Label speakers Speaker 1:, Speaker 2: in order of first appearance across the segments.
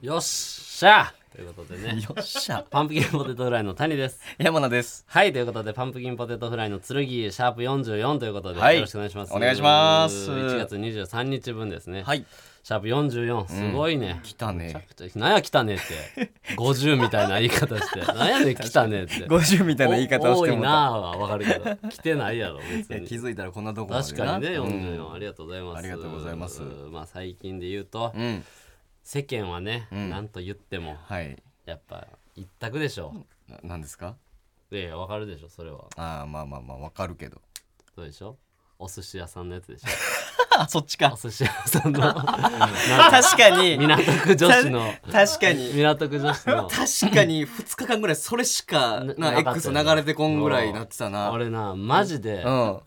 Speaker 1: よっしゃということで ね
Speaker 2: よっしゃ。
Speaker 1: パンプキンポテトフライの谷です
Speaker 2: 山名です。
Speaker 1: はいということでパンプキンポテトフライの剣シャープ44ということで、
Speaker 2: はい
Speaker 1: よろしくお願いします
Speaker 2: お願いします
Speaker 1: 1月23日分ですね、
Speaker 2: はい。
Speaker 1: シャープ44すごいね、
Speaker 2: 来たね。
Speaker 1: なんや来たねって50みたいな言い方してなんやねん来たねって
Speaker 2: 50みたいな言い方をして
Speaker 1: お多い
Speaker 2: もらっ
Speaker 1: なあはわかるけど来てないやろ別
Speaker 2: た。いや
Speaker 1: に
Speaker 2: 気づいたらこんなとこまで
Speaker 1: 確かにね
Speaker 2: な
Speaker 1: 44、ありがとうございます
Speaker 2: ありがとうございます
Speaker 1: まあ最近で言うと、
Speaker 2: うん。うん
Speaker 1: 世間はね、なんと言っても
Speaker 2: はい。
Speaker 1: やっぱ一択でしょ
Speaker 2: ななんですか
Speaker 1: いやいやわかるでしょそれは
Speaker 2: ああ、まあまあまあ、わかるけど。
Speaker 1: どうでしょお寿司屋さんのやつ でしょ
Speaker 2: あ、そっち
Speaker 1: お
Speaker 2: か。
Speaker 1: 寿司屋さんのなんか
Speaker 2: 確かに。
Speaker 1: 港区女 子の
Speaker 2: 確かに。
Speaker 1: 港区女 子の
Speaker 2: 確かに2日間ぐらいそれしかな
Speaker 1: なかった
Speaker 2: X
Speaker 1: よ
Speaker 2: 流れてこんぐらいなってたな。
Speaker 1: 俺なマジで
Speaker 2: うん。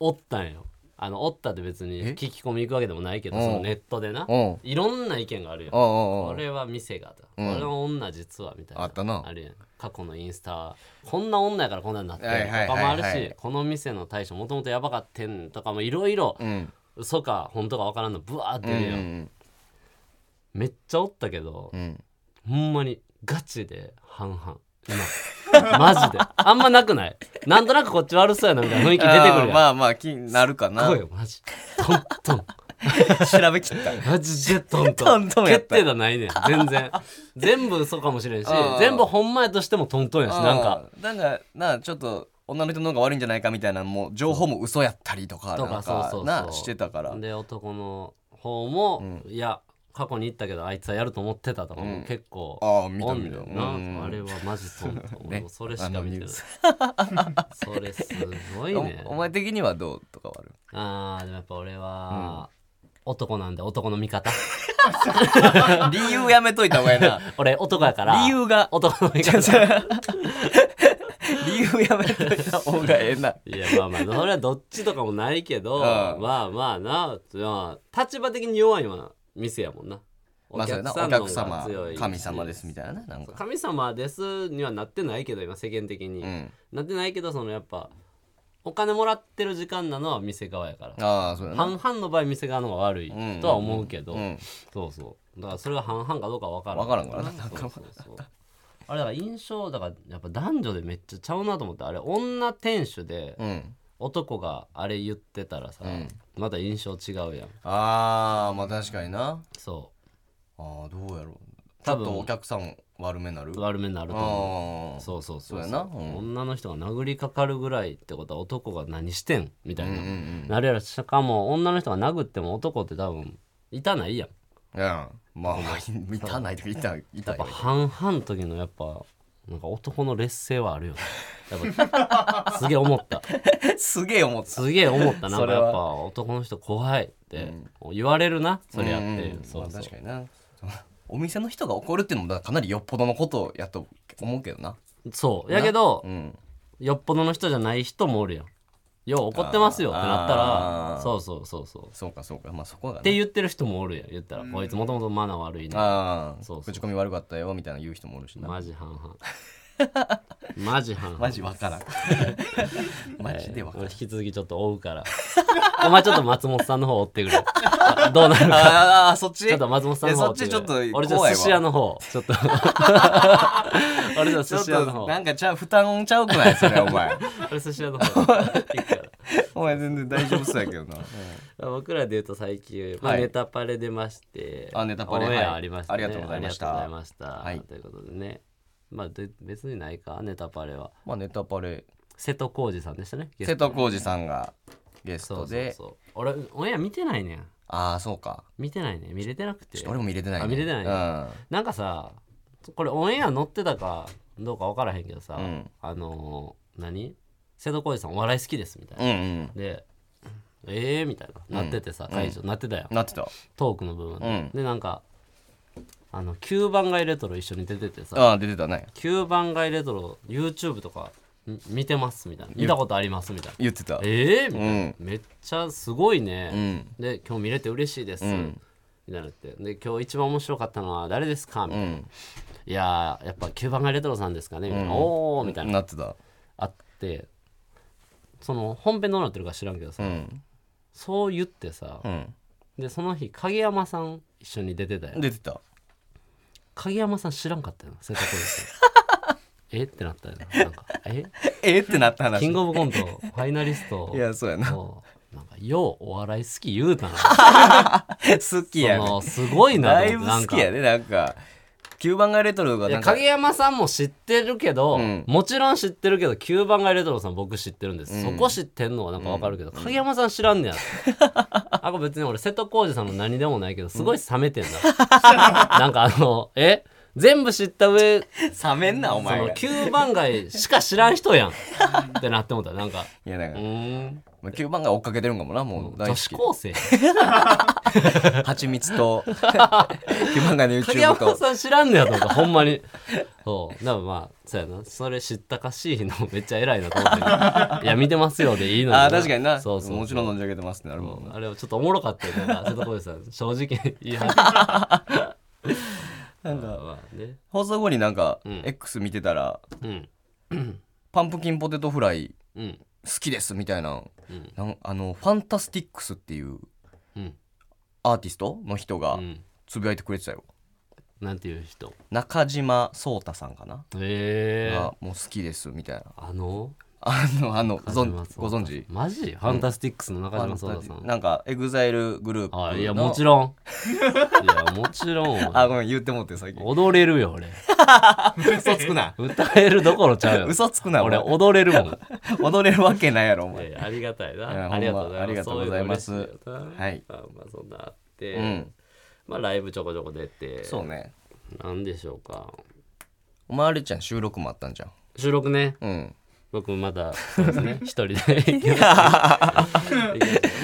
Speaker 1: おったんよあのおったって別に
Speaker 2: え
Speaker 1: 聞き込み行くわけでもないけど
Speaker 2: うん
Speaker 1: そのネットでな
Speaker 2: うん。
Speaker 1: いろんな意見があるよ
Speaker 2: うんうんうん。
Speaker 1: 俺は店がと、
Speaker 2: うん
Speaker 1: 俺は女実はみたいな
Speaker 2: あったな
Speaker 1: あるやん過去のインスタはこんな女やからこんなんなって
Speaker 2: はいはいはいはい
Speaker 1: るとかもあるしこの店の大将もともとやばかってんとかもいろいろ
Speaker 2: うん。
Speaker 1: 嘘か本当かわからんのブワーって
Speaker 2: うんう
Speaker 1: 出るやん、
Speaker 2: ん
Speaker 1: めっちゃおったけど
Speaker 2: うん。う、ん。
Speaker 1: ほんまにガチで半々今 マジであんまなくないなんとなくこっち悪そうやなみたいな雰囲気出てく
Speaker 2: あ
Speaker 1: る
Speaker 2: ー
Speaker 1: や ん、
Speaker 2: まあまあ、気になるか
Speaker 1: す
Speaker 2: な
Speaker 1: ごい。よマジトントン
Speaker 2: 調べきった。
Speaker 1: マジでトントン
Speaker 2: トントンやった
Speaker 1: 決定打な いねん全然全部嘘かもしれんし
Speaker 2: うん
Speaker 1: 全部ほんまやとしてもトントンやし なんか
Speaker 2: あーなんかなあちょっと女の人の方が悪いんじゃないかみたいなもう情報も嘘やったりとか
Speaker 1: とか
Speaker 2: なんか
Speaker 1: そうそうそう
Speaker 2: なあしてたから
Speaker 1: で男の方も、いや過去に言ったけどあいつはやると思ってたとかも結構、
Speaker 2: ああ見た
Speaker 1: おんね
Speaker 2: 見
Speaker 1: ん
Speaker 2: た
Speaker 1: な、
Speaker 2: うん
Speaker 1: あれはマジトントン、
Speaker 2: ね
Speaker 1: もうそれしか見てない それすごいね
Speaker 2: おお前的にはどうとかはある
Speaker 1: あーでもやっぱ俺は、男なんで男の味方
Speaker 2: 理由やめといた方がいいな
Speaker 1: 俺男やから
Speaker 2: 理由が
Speaker 1: 男の味方
Speaker 2: 理由やめといた方がええ ない
Speaker 1: やまあまあそれはどっちとかもないけど、
Speaker 2: ん
Speaker 1: まあまあな、まあ、立場的に弱いような店やもんな
Speaker 2: まあそうやなお
Speaker 1: の方
Speaker 2: 客
Speaker 1: が
Speaker 2: 様
Speaker 1: 強い
Speaker 2: 神様ですみたいなねなんか
Speaker 1: 神様ですにはなってないけど今世間的に、
Speaker 2: うん
Speaker 1: なってないけどそのやっぱお金もらってる時間なのは店側やから
Speaker 2: ああそうやな
Speaker 1: 半々の場合店側の方が悪い
Speaker 2: ん
Speaker 1: とは思うけど、
Speaker 2: うん
Speaker 1: そうそうだからそれが半々かどうかわからん
Speaker 2: わからんからな
Speaker 1: そうそうそうあれだから印象だからやっぱ男女でめっちゃちゃうなと思ってあれ女店主で
Speaker 2: うん
Speaker 1: 男があれ言ってたらさ、また印象違うやん
Speaker 2: ああまあ確かにな
Speaker 1: そ
Speaker 2: ああどうやろうちょ
Speaker 1: 多
Speaker 2: っ
Speaker 1: 分
Speaker 2: とお客さん悪めなる
Speaker 1: う悪めになると思う
Speaker 2: ああ
Speaker 1: そうそうそう
Speaker 2: そうやなうん
Speaker 1: 女の人が殴りかかるぐらいってことは男が何してんみたいな、
Speaker 2: うんうん
Speaker 1: なるやろしかも女の人が殴っても男って多分痛ないやん
Speaker 2: うんまあまあ満たないとかいたいた
Speaker 1: やっ
Speaker 2: よ
Speaker 1: ぱ半々の時のやっぱなんか男の劣勢はあるよねやっぱすげえ思った
Speaker 2: すげえ思った
Speaker 1: すげえ思ったな
Speaker 2: そ
Speaker 1: んか
Speaker 2: れは
Speaker 1: やっぱ男の人怖いって言われるな、そりゃっていう、
Speaker 2: ん
Speaker 1: そう
Speaker 2: ま
Speaker 1: そう
Speaker 2: あ確かになお店の人が怒るっていうのもかなりよっぽどのことやと思うけどな
Speaker 1: そうやけど
Speaker 2: う、ん
Speaker 1: よっぽどの人じゃない人もおるやんよう怒ってますよってなった
Speaker 2: あ
Speaker 1: ら
Speaker 2: ー
Speaker 1: そうそうそうそうっ
Speaker 2: そうかそうかまあそこが
Speaker 1: て
Speaker 2: ね
Speaker 1: 言ってる人もおるやん言ったら、こいつもともとマナー悪いな
Speaker 2: ああ
Speaker 1: そうそう
Speaker 2: 口コミ悪かったよみたいな言う人もおるしな
Speaker 1: マジ半々マ ジ半々
Speaker 2: ジわ からんマジでわからん
Speaker 1: 俺引 き続きちょっと追うから お前ちょっと松本さんの方追って くれあどうなるか
Speaker 2: ああそっち
Speaker 1: ちょっと松本さんの方追てくれ
Speaker 2: えそっちちょっと怖いわ
Speaker 1: 俺ちょっと寿司屋の方ちょっと 俺ちょっ
Speaker 2: ち
Speaker 1: と
Speaker 2: ょっ
Speaker 1: 寿司屋の方
Speaker 2: となんかちゃう負担ちゃうくないそれお 前
Speaker 1: 俺寿司屋の方行くから
Speaker 2: お前全然大丈夫そうやけどな
Speaker 1: 僕らで言うと最近、まあ、
Speaker 2: はい
Speaker 1: ネタパレ出まして、
Speaker 2: あネタパレ
Speaker 1: オンエア
Speaker 2: はい
Speaker 1: ありました、ね
Speaker 2: ありがとうございました
Speaker 1: ありがとうございました
Speaker 2: はい
Speaker 1: ということでねまあで別にないかネタパレは
Speaker 2: まあネタパレ
Speaker 1: 瀬戸康史さんでしたねゲス
Speaker 2: 瀬
Speaker 1: ト
Speaker 2: 戸康史さんがゲス
Speaker 1: そ
Speaker 2: ト
Speaker 1: うそう
Speaker 2: で
Speaker 1: そう俺オンエア見てないねん
Speaker 2: ああそうか
Speaker 1: 見てないね見れてなくて
Speaker 2: ちょっと俺も見れてない、ね、
Speaker 1: あ見れてないね
Speaker 2: う
Speaker 1: なんかさこれオンエア乗ってたかどうか分からへんけどさ、
Speaker 2: うん
Speaker 1: あのー何瀬戸康史さんお笑い好きですみたいな、
Speaker 2: ん、うんうん
Speaker 1: でええー、みたいななっててさ、会場なってたよ、
Speaker 2: なってた
Speaker 1: トークの部分で、
Speaker 2: うん
Speaker 1: でなんかあの9番街レトロ一緒に出ててさ
Speaker 2: ああ出てたね
Speaker 1: 9番街レトロ YouTube とかみ見てますみたいな見たことありますみたいな
Speaker 2: 言ってた
Speaker 1: ええみたいな、
Speaker 2: うん
Speaker 1: めっちゃすごいね、
Speaker 2: うん
Speaker 1: で今日見れて嬉しいです、みたいなのってで今日一番面白かったのは誰ですかみた
Speaker 2: う
Speaker 1: いな、
Speaker 2: ん
Speaker 1: いやーやっぱ9番街レトロさんですかねみたいな、おおみたいな
Speaker 2: なってた
Speaker 1: あってその本編どうなってるか知らんけどさ、
Speaker 2: うん
Speaker 1: そう言ってさ
Speaker 2: う、ん
Speaker 1: でその日影山さん一緒に出てたよ
Speaker 2: 出てた
Speaker 1: 影山さん知らんかったよなそういうとこですよ えってなったよななんかえ
Speaker 2: えーってなった話
Speaker 1: キングオブコントファイナリスト
Speaker 2: いやそうやな
Speaker 1: もうなんかようお笑い好き言うたな
Speaker 2: 好きや
Speaker 1: そ
Speaker 2: ね
Speaker 1: のすごいな
Speaker 2: だ
Speaker 1: と
Speaker 2: い
Speaker 1: 思
Speaker 2: ぶ
Speaker 1: って
Speaker 2: 好きや
Speaker 1: なんか
Speaker 2: ねなんか吸盤がレトロが
Speaker 1: い
Speaker 2: な
Speaker 1: や
Speaker 2: んか
Speaker 1: 影山さんも知ってるけど、
Speaker 2: うん
Speaker 1: もちろん知ってるけど9番がレトロさん僕知ってるんです、そこ知ってんのはなんかわかるけど、影山さん知らんね やあこれ別に俺瀬戸康史さんも何でもないけどすごい冷めてんな、 なんかあのえ全部知った上
Speaker 2: 冷めんなお
Speaker 1: そ
Speaker 2: 前
Speaker 1: の
Speaker 2: が
Speaker 1: 9番街しか知らん人やんってなって思ったなんか
Speaker 2: いやなん
Speaker 1: う
Speaker 2: か
Speaker 1: ーん
Speaker 2: まあ吸盤が追っかけてるんかもなもう大好
Speaker 1: 女子
Speaker 2: き
Speaker 1: 高生
Speaker 2: 蜂蜜と吸盤がの
Speaker 1: 影
Speaker 2: YouTube
Speaker 1: 山
Speaker 2: と
Speaker 1: さん知らんねやと思ったほんまにそうだからまあそうやなそれ知ったかしいのめっちゃ偉いなと思っていや見てますよでいいのに
Speaker 2: あー確かにな
Speaker 1: そうそう
Speaker 2: もちろん飲んじゃけてますってなるもんな
Speaker 1: あれはちょっとおもろかったよなんか瀬戸康史さん正直言い張った
Speaker 2: なんか
Speaker 1: まあね
Speaker 2: 放送後になんか
Speaker 1: ん
Speaker 2: X 見てたら
Speaker 1: うん
Speaker 2: パンプキンポテトフライ
Speaker 1: うん
Speaker 2: 好きですみたいな
Speaker 1: うん
Speaker 2: なんあのファンタスティックスっていう
Speaker 1: うん
Speaker 2: アーティストの人
Speaker 1: う
Speaker 2: が
Speaker 1: ん
Speaker 2: つぶやいてくれてたよ
Speaker 1: なんていう人
Speaker 2: 中島颯太さんかな
Speaker 1: ええ
Speaker 2: がもう好きですみたいな
Speaker 1: あの
Speaker 2: あのあの
Speaker 1: 中
Speaker 2: ぞん
Speaker 1: 島颯太
Speaker 2: ご存知
Speaker 1: マジファンタスティックスの中島聡太さん
Speaker 2: なんかエグザイルグループの
Speaker 1: あいやもち ろんいやもちろんお前
Speaker 2: あごめん言ってもって最近
Speaker 1: 踊れるよ俺
Speaker 2: 嘘つく な
Speaker 1: 歌えるどころちゃうよ
Speaker 2: 嘘つくな
Speaker 1: 俺
Speaker 2: 俺
Speaker 1: 踊れるもん
Speaker 2: 踊れるわけないやろお
Speaker 1: いや
Speaker 2: 前
Speaker 1: いやありがたい
Speaker 2: いやほん
Speaker 1: な
Speaker 2: ま
Speaker 1: ありがとうございます
Speaker 2: ありがとうございます
Speaker 1: そううの嬉しいよな
Speaker 2: はい
Speaker 1: まあまあそんなあ
Speaker 2: う
Speaker 1: って
Speaker 2: ん
Speaker 1: まあライブちょこちょこ出て
Speaker 2: そうね
Speaker 1: なんでしょうか
Speaker 2: お前あれちゃん収録もあったんじゃん
Speaker 1: 収録ね
Speaker 2: うん
Speaker 1: 僕まだそうです ね一人で行きました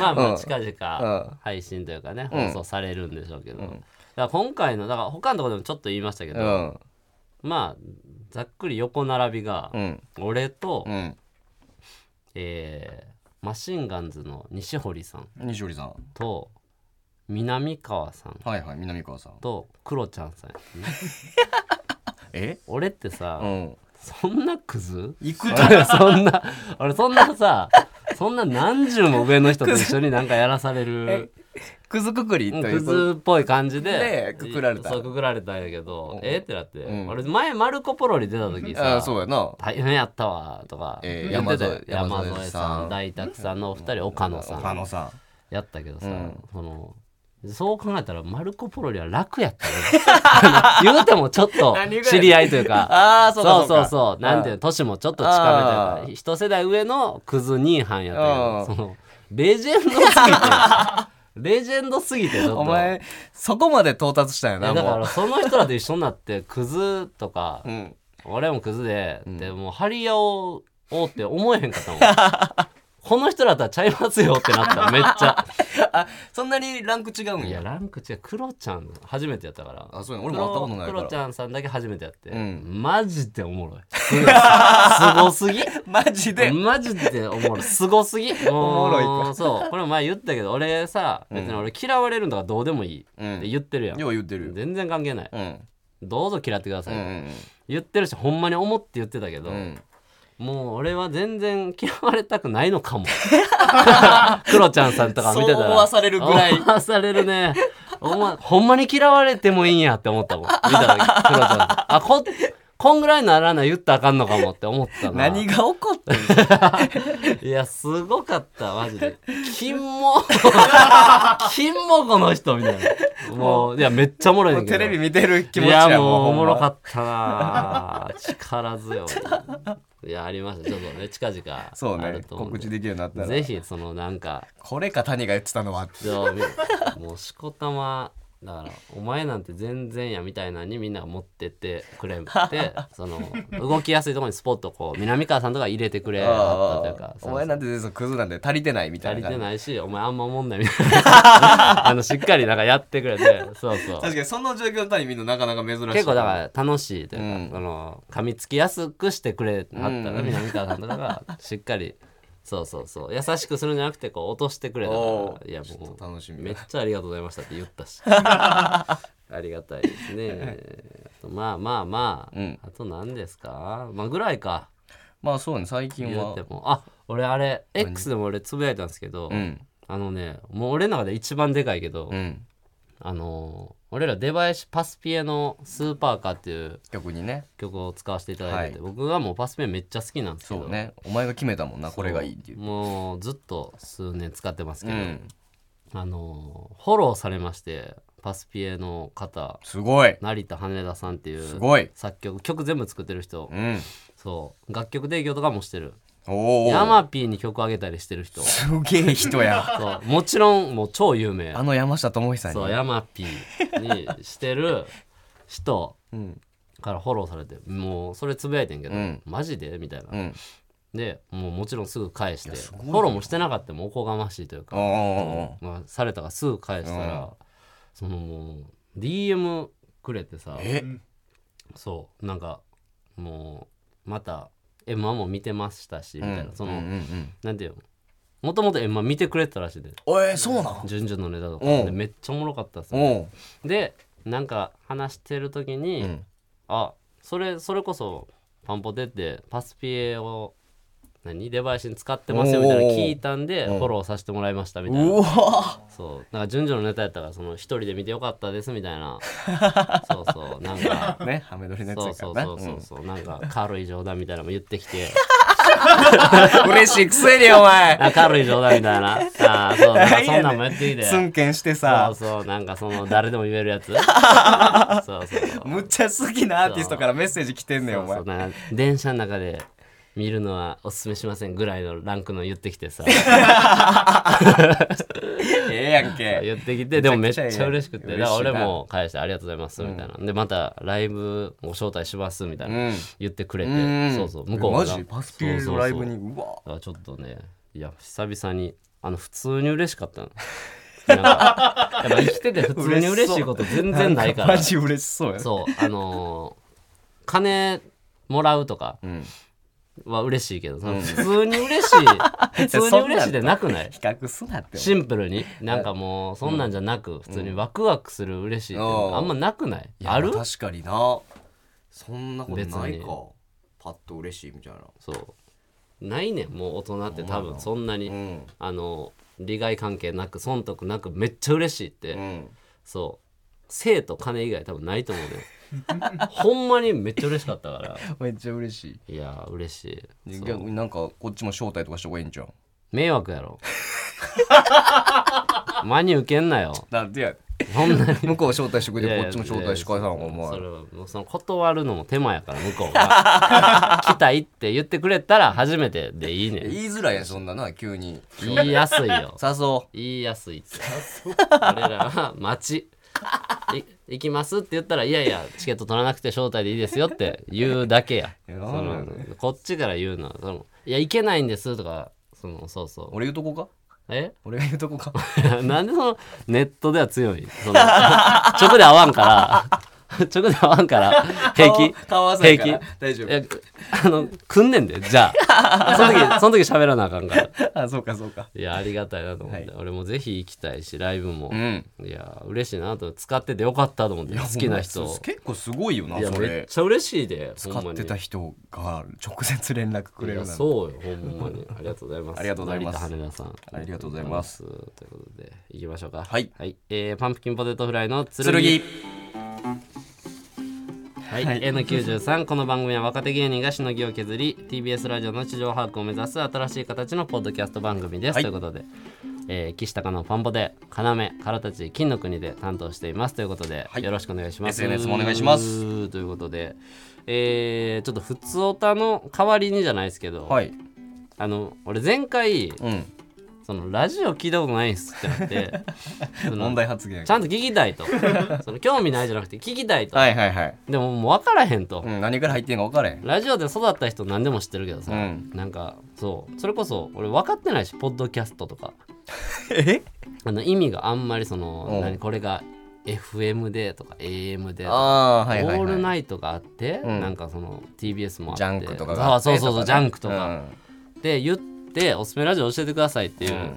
Speaker 1: まあまあ近
Speaker 2: う
Speaker 1: 々配信というかね
Speaker 2: うん
Speaker 1: 放送されるんでしょうけどだから今回のだから他のところでもちょっと言いましたけ
Speaker 2: う
Speaker 1: ど
Speaker 2: ん
Speaker 1: まあざっくり横並びが
Speaker 2: うん
Speaker 1: 俺と
Speaker 2: うん
Speaker 1: えーマシンガンズの西堀さん
Speaker 2: 西織さん
Speaker 1: と南川さん
Speaker 2: はいはい南川さん
Speaker 1: とクロちゃんさんやったね
Speaker 2: え
Speaker 1: 俺ってさ、
Speaker 2: うん
Speaker 1: そんなクズ
Speaker 2: 行く
Speaker 1: 俺そんな俺そんなさそんな何十も上の人と一緒になんかやらされる
Speaker 2: くずくくりと
Speaker 1: うん
Speaker 2: い
Speaker 1: ク
Speaker 2: うこと
Speaker 1: ズっぽい感じ
Speaker 2: で
Speaker 1: で
Speaker 2: くくられた
Speaker 1: そうくくられたんやけど、えーってなって、
Speaker 2: うん
Speaker 1: 俺前マルコ・ポロリ出た時
Speaker 2: あ
Speaker 1: さ
Speaker 2: あそうやな
Speaker 1: 大変やったわとか言
Speaker 2: えー
Speaker 1: ってたよ、
Speaker 2: 山
Speaker 1: 山
Speaker 2: 添
Speaker 1: 添
Speaker 2: さ
Speaker 1: さ
Speaker 2: ん
Speaker 1: ん大沢さんのお二人岡野さん
Speaker 2: 岡野さん
Speaker 1: やったけどさ、
Speaker 2: うん
Speaker 1: そのそう考えたらマルコ・ポロリは楽やったよあの言うてもちょっと
Speaker 2: 何がやねん
Speaker 1: 知り合いというか
Speaker 2: ああ
Speaker 1: そ
Speaker 2: そううか
Speaker 1: そう
Speaker 2: か
Speaker 1: そうなんていうの年もちょっと近めというか
Speaker 2: あー
Speaker 1: 一世代上のクズ兄はんやったけ
Speaker 2: う
Speaker 1: ど
Speaker 2: ん
Speaker 1: そのレジェンドすぎてレジェンドすぎてちょっ と
Speaker 2: お前そこまで到達したんや
Speaker 1: え
Speaker 2: な
Speaker 1: だか
Speaker 2: も
Speaker 1: ら
Speaker 2: う
Speaker 1: その人らと一緒になってクズとか
Speaker 2: うん
Speaker 1: 俺もクズで、
Speaker 2: ん
Speaker 1: でもうハリアをおうって思えへんかったもん この人らとはちゃいますよってなっためっちゃ
Speaker 2: あそんなにランク違うん
Speaker 1: いや
Speaker 2: や
Speaker 1: ランク違うクロちゃん初めてやったから
Speaker 2: あそうやね俺も会ったことない
Speaker 1: クロクロち
Speaker 2: か
Speaker 1: ゃんさんだけ初めてやって、
Speaker 2: うん
Speaker 1: マジでおも ろいすごいすごすぎ
Speaker 2: らマジで
Speaker 1: マジでおもろいすごすぎお
Speaker 2: もろい
Speaker 1: そうこれ前言ったけど俺さ別に俺嫌われるのがどうでもいい
Speaker 2: うん
Speaker 1: って言ってるやん、
Speaker 2: よう言ってる
Speaker 1: 全然関係ない、
Speaker 2: うん
Speaker 1: どうぞ嫌ってくださ
Speaker 2: う
Speaker 1: い、
Speaker 2: んうん
Speaker 1: 言ってるしほんまに思って言ってたけど、
Speaker 2: うん
Speaker 1: もう俺は全然嫌われたくないの かもクロちゃんさんとか見てたら
Speaker 2: そう思わされるぐらい
Speaker 1: 思わされるねお前ほんまに嫌われてもいいんやって思ったもん見た時クロちゃんさんあここんぐらいならな言ったらあかんのかもって思ったな
Speaker 2: 何が起こってん
Speaker 1: いやすごかったマジで 金も金もこの人みたいなもういやめっちゃおもろいね
Speaker 2: の
Speaker 1: んけど
Speaker 2: テレビ見てる気持ち
Speaker 1: い
Speaker 2: や
Speaker 1: やもうお
Speaker 2: ほ
Speaker 1: も
Speaker 2: んま
Speaker 1: ろかった なあ力強いいやありましたちょっとね近々
Speaker 2: そう
Speaker 1: あ
Speaker 2: ね
Speaker 1: ると思うん
Speaker 2: 告
Speaker 1: で
Speaker 2: 知できるようになったら
Speaker 1: ぜひそのなんか
Speaker 2: これか谷が言ってたのは
Speaker 1: でももうしこたまだからお前なんて全然やみたいなのにみんなが持ってってくれんって その動きやすいところにスポッとこう南川さんとか入れてくれはったというか
Speaker 2: お前なんて全然クズなんで足りてないみた
Speaker 1: 足
Speaker 2: い
Speaker 1: り
Speaker 2: な
Speaker 1: て
Speaker 2: 感じ
Speaker 1: ないしお前あんま思んないみたい なあのしっかりなんかやってくれてそうそう
Speaker 2: 確かにその状況の谷見るのなかなか珍しい
Speaker 1: 結構だから楽しいというか、
Speaker 2: うん
Speaker 1: その噛みつきやすくしてくれはったら、
Speaker 2: うん
Speaker 1: 南川さんとかがしっかりそうそうそう優しくするんじゃなくてこう落としてくれたか
Speaker 2: おー
Speaker 1: らいやもう
Speaker 2: ちょっと楽しみだ
Speaker 1: めっちゃありがとうございましたって言った しありがたいですねあとまあまあまあ、
Speaker 2: うん
Speaker 1: あと何ですかまあぐらいか
Speaker 2: まあそうね最近
Speaker 1: 言っ
Speaker 2: は
Speaker 1: てもあ俺あれ X でも俺つぶやいたんですけど、
Speaker 2: うん
Speaker 1: あのねもう俺の中で一番でかいけど、
Speaker 2: うん
Speaker 1: あのー俺ら出囃子パスピエの「スーパーカー」っていう
Speaker 2: 曲にね
Speaker 1: 曲を使わせていただいてて、僕はもうパスピエめっちゃ好きなんですけど
Speaker 2: そうねお前が決めたもんなこれがいいっていう
Speaker 1: もうずっと数年使ってますけ
Speaker 2: う
Speaker 1: ど、
Speaker 2: ん
Speaker 1: あのフォローされましてパスピエの方
Speaker 2: すごい
Speaker 1: 成田羽田さんってい
Speaker 2: す
Speaker 1: う
Speaker 2: ごい
Speaker 1: 作曲曲全部作ってる人
Speaker 2: うん
Speaker 1: そう楽曲提供とかもしてる
Speaker 2: おお
Speaker 1: ヤマピーに曲あげたりしてる 人そ
Speaker 2: すげえ人 や
Speaker 1: うもちろんもう超有名
Speaker 2: あの山下智久に
Speaker 1: そうヤマピーにしてる人
Speaker 2: うん
Speaker 1: からフォローされてもうそれつぶやいてんけど、
Speaker 2: うん
Speaker 1: マジでみたいな、
Speaker 2: うん
Speaker 1: でもうもちろんすぐ返して
Speaker 2: いやす
Speaker 1: フ
Speaker 2: ごいな
Speaker 1: ォローもしてなかったもおこがましいという
Speaker 2: お
Speaker 1: か
Speaker 2: ーお
Speaker 1: まあ、されたからすぐ返したら、
Speaker 2: う
Speaker 1: そのもう DM くれてさ
Speaker 2: ーおーえ
Speaker 1: そうなんかもうまた「m 1も見てましたし」みたいな、
Speaker 2: うん
Speaker 1: その、
Speaker 2: うんうんうん
Speaker 1: なんていうのもともと m 1見てくれてたらしいで
Speaker 2: おえそうなん
Speaker 1: 順々のネタとか
Speaker 2: うん
Speaker 1: でめっちゃおもろかったっすよ
Speaker 2: おう
Speaker 1: でなんか話してる時に、
Speaker 2: うん
Speaker 1: あそれそれこそパンポテってパスピエを何デバイスに使ってますよみたいなの聞いたんでフォローさせてもらいましたみたいな
Speaker 2: うわ
Speaker 1: そうなんか順序のネタやったからその一人で見てよかったですみたいなそうそうなん か
Speaker 2: ねハメ撮りのやつ
Speaker 1: そ
Speaker 2: やか
Speaker 1: うそう
Speaker 2: らな
Speaker 1: そうそうそうなんか軽い冗談みたいなのも言ってきて
Speaker 2: うん嬉しいくせにお前
Speaker 1: あ軽い冗談みたいなあーそうなんかそんなんもやってきて
Speaker 2: つんけんして
Speaker 1: そう
Speaker 2: さ
Speaker 1: そうなんかその誰でも言えるやつそうそうそう
Speaker 2: むっちゃ好きなアーティストからメッセージ来てんねんお前
Speaker 1: そうなんか電車の中で見るのはおすすめしませんぐらいのランクの言って きてさ
Speaker 2: ええやんけ
Speaker 1: 言ってきてでもめっちゃ
Speaker 2: めちゃくちゃええ
Speaker 1: 嬉しくてだ
Speaker 2: 嬉しい
Speaker 1: か
Speaker 2: な
Speaker 1: ら俺も返してありがとうございますみたいな、でまたライブご招待しますみたいな、
Speaker 2: うん
Speaker 1: 言ってくれて、
Speaker 2: うん
Speaker 1: そうそう向こうが
Speaker 2: マジパスピエのライブに
Speaker 1: そうそうそう
Speaker 2: うわ
Speaker 1: だからちょっとねいや久々にあの普通に嬉し かったのなんかやっぱ生きてて普通に嬉しいこと全然ないから
Speaker 2: マジ嬉しそうや
Speaker 1: そうあのー金もらうとか
Speaker 2: うん
Speaker 1: は嬉しいけど、その普通に嬉し い普通に嬉しいでなくない
Speaker 2: 比較すなって
Speaker 1: シンプルになんかもうそんなんじゃなく普通にワクワクする嬉しいって
Speaker 2: うん
Speaker 1: あんまなくない
Speaker 2: いや
Speaker 1: ある
Speaker 2: 確かになそんなことない
Speaker 1: 別
Speaker 2: か
Speaker 1: に
Speaker 2: パッと嬉しいみたいな
Speaker 1: そうないねんもう大人って多分そんな
Speaker 2: う
Speaker 1: に
Speaker 2: ん
Speaker 1: あの利害関係なく損得なくめっちゃ嬉しい
Speaker 2: う
Speaker 1: って
Speaker 2: ん
Speaker 1: そう性と金以外多分ないと思うね ほんまにめっちゃ嬉しかったから
Speaker 2: めっちゃ嬉し
Speaker 1: いやー嬉しい
Speaker 2: い
Speaker 1: そう
Speaker 2: 逆になんかこっちも招待とかした方がいいんじゃん
Speaker 1: 迷惑や ろ真に受けんなよ
Speaker 2: なんでや
Speaker 1: そんなに
Speaker 2: 向こう招待してくれ
Speaker 1: いや
Speaker 2: て
Speaker 1: いや
Speaker 2: こっちも招待して返さんお
Speaker 1: いやいやそ
Speaker 2: 前
Speaker 1: れはもうその断るのも手間やから向こうが 来たいって言ってくれたら初めてでいいねん
Speaker 2: 言いづらいやんそんなな急に
Speaker 1: 言いやすいよ
Speaker 2: 誘お
Speaker 1: 言いやすいって俺らは待ちい行きますって言ったらいやいやチケット取らなくて招待でいいですよって言うだけや
Speaker 2: いや
Speaker 1: そ
Speaker 2: なんだよ
Speaker 1: のこっちから言うのはそのいや行けないんですとかそのそうそうう
Speaker 2: 俺言うとこか
Speaker 1: え
Speaker 2: 俺が言うとこか
Speaker 1: なんでそのネットでは強いその直で会わんから直で会わんから平気
Speaker 2: 顔合わせやから
Speaker 1: 平気
Speaker 2: 大丈夫
Speaker 1: えあの組んでんでじゃ あその時その時喋らなあかんから
Speaker 2: あそうかそうか
Speaker 1: いやありがたいなと思って、俺もぜひ行きたいしライブも、
Speaker 2: うん
Speaker 1: いや嬉しいなと使っててよかったと思って好きな人
Speaker 2: いやほんまそう結構すごいよない
Speaker 1: や
Speaker 2: そ
Speaker 1: めっ
Speaker 2: れ
Speaker 1: ちゃ嬉しいで
Speaker 2: 使
Speaker 1: ほんま
Speaker 2: っ
Speaker 1: に
Speaker 2: てた人が直接連絡くれ
Speaker 1: い
Speaker 2: る
Speaker 1: や
Speaker 2: なんて
Speaker 1: そうよほんまにありがとうございます
Speaker 2: ありがとうございます
Speaker 1: 成田羽田さん
Speaker 2: ありがとうございます
Speaker 1: ありがとうございますということで行きましょうか
Speaker 2: はい
Speaker 1: えーパンプキンポテトフライの剣
Speaker 2: 剣
Speaker 1: はい、
Speaker 2: はい
Speaker 1: N93 この番組は若手芸人がしのぎを削り TBS ラジオの地上把握を目指す新しい形のポッドキャスト番組です、
Speaker 2: はい
Speaker 1: ということで、えー、岸高のパンポで要からたち金の国で担当していますということで、
Speaker 2: はい
Speaker 1: よろしくお願いします
Speaker 2: SNS もお願いします
Speaker 1: ということでえー、ちょっと普通オタの代わりにじゃないですけど、
Speaker 2: はい
Speaker 1: あの俺前回
Speaker 2: うん
Speaker 1: そのラジオ聞いたことないっすってなってその
Speaker 2: 問題発言
Speaker 1: ちゃんと聞きたいとその興味ないじゃなくて聞きたいと
Speaker 2: はいはいはい
Speaker 1: でももう分からへんと、
Speaker 2: うん何から入ってんか分からへん
Speaker 1: ラジオで育った人何でも知ってるけどさ、
Speaker 2: うん
Speaker 1: なんかそうそれこそ俺分かってないしポッドキャストとか
Speaker 2: え
Speaker 1: あの意味があんまりその、
Speaker 2: うん
Speaker 1: 何これが FM でとか AM でとか
Speaker 2: ああーはいはいはい
Speaker 1: オールナイトがあって、
Speaker 2: うん
Speaker 1: なんかその TBS もあって
Speaker 2: ジャンクとか
Speaker 1: あそうそうそう、ジャンクとか、
Speaker 2: か
Speaker 1: で言っておすすめラジオ教えてくださいっていう、
Speaker 2: うん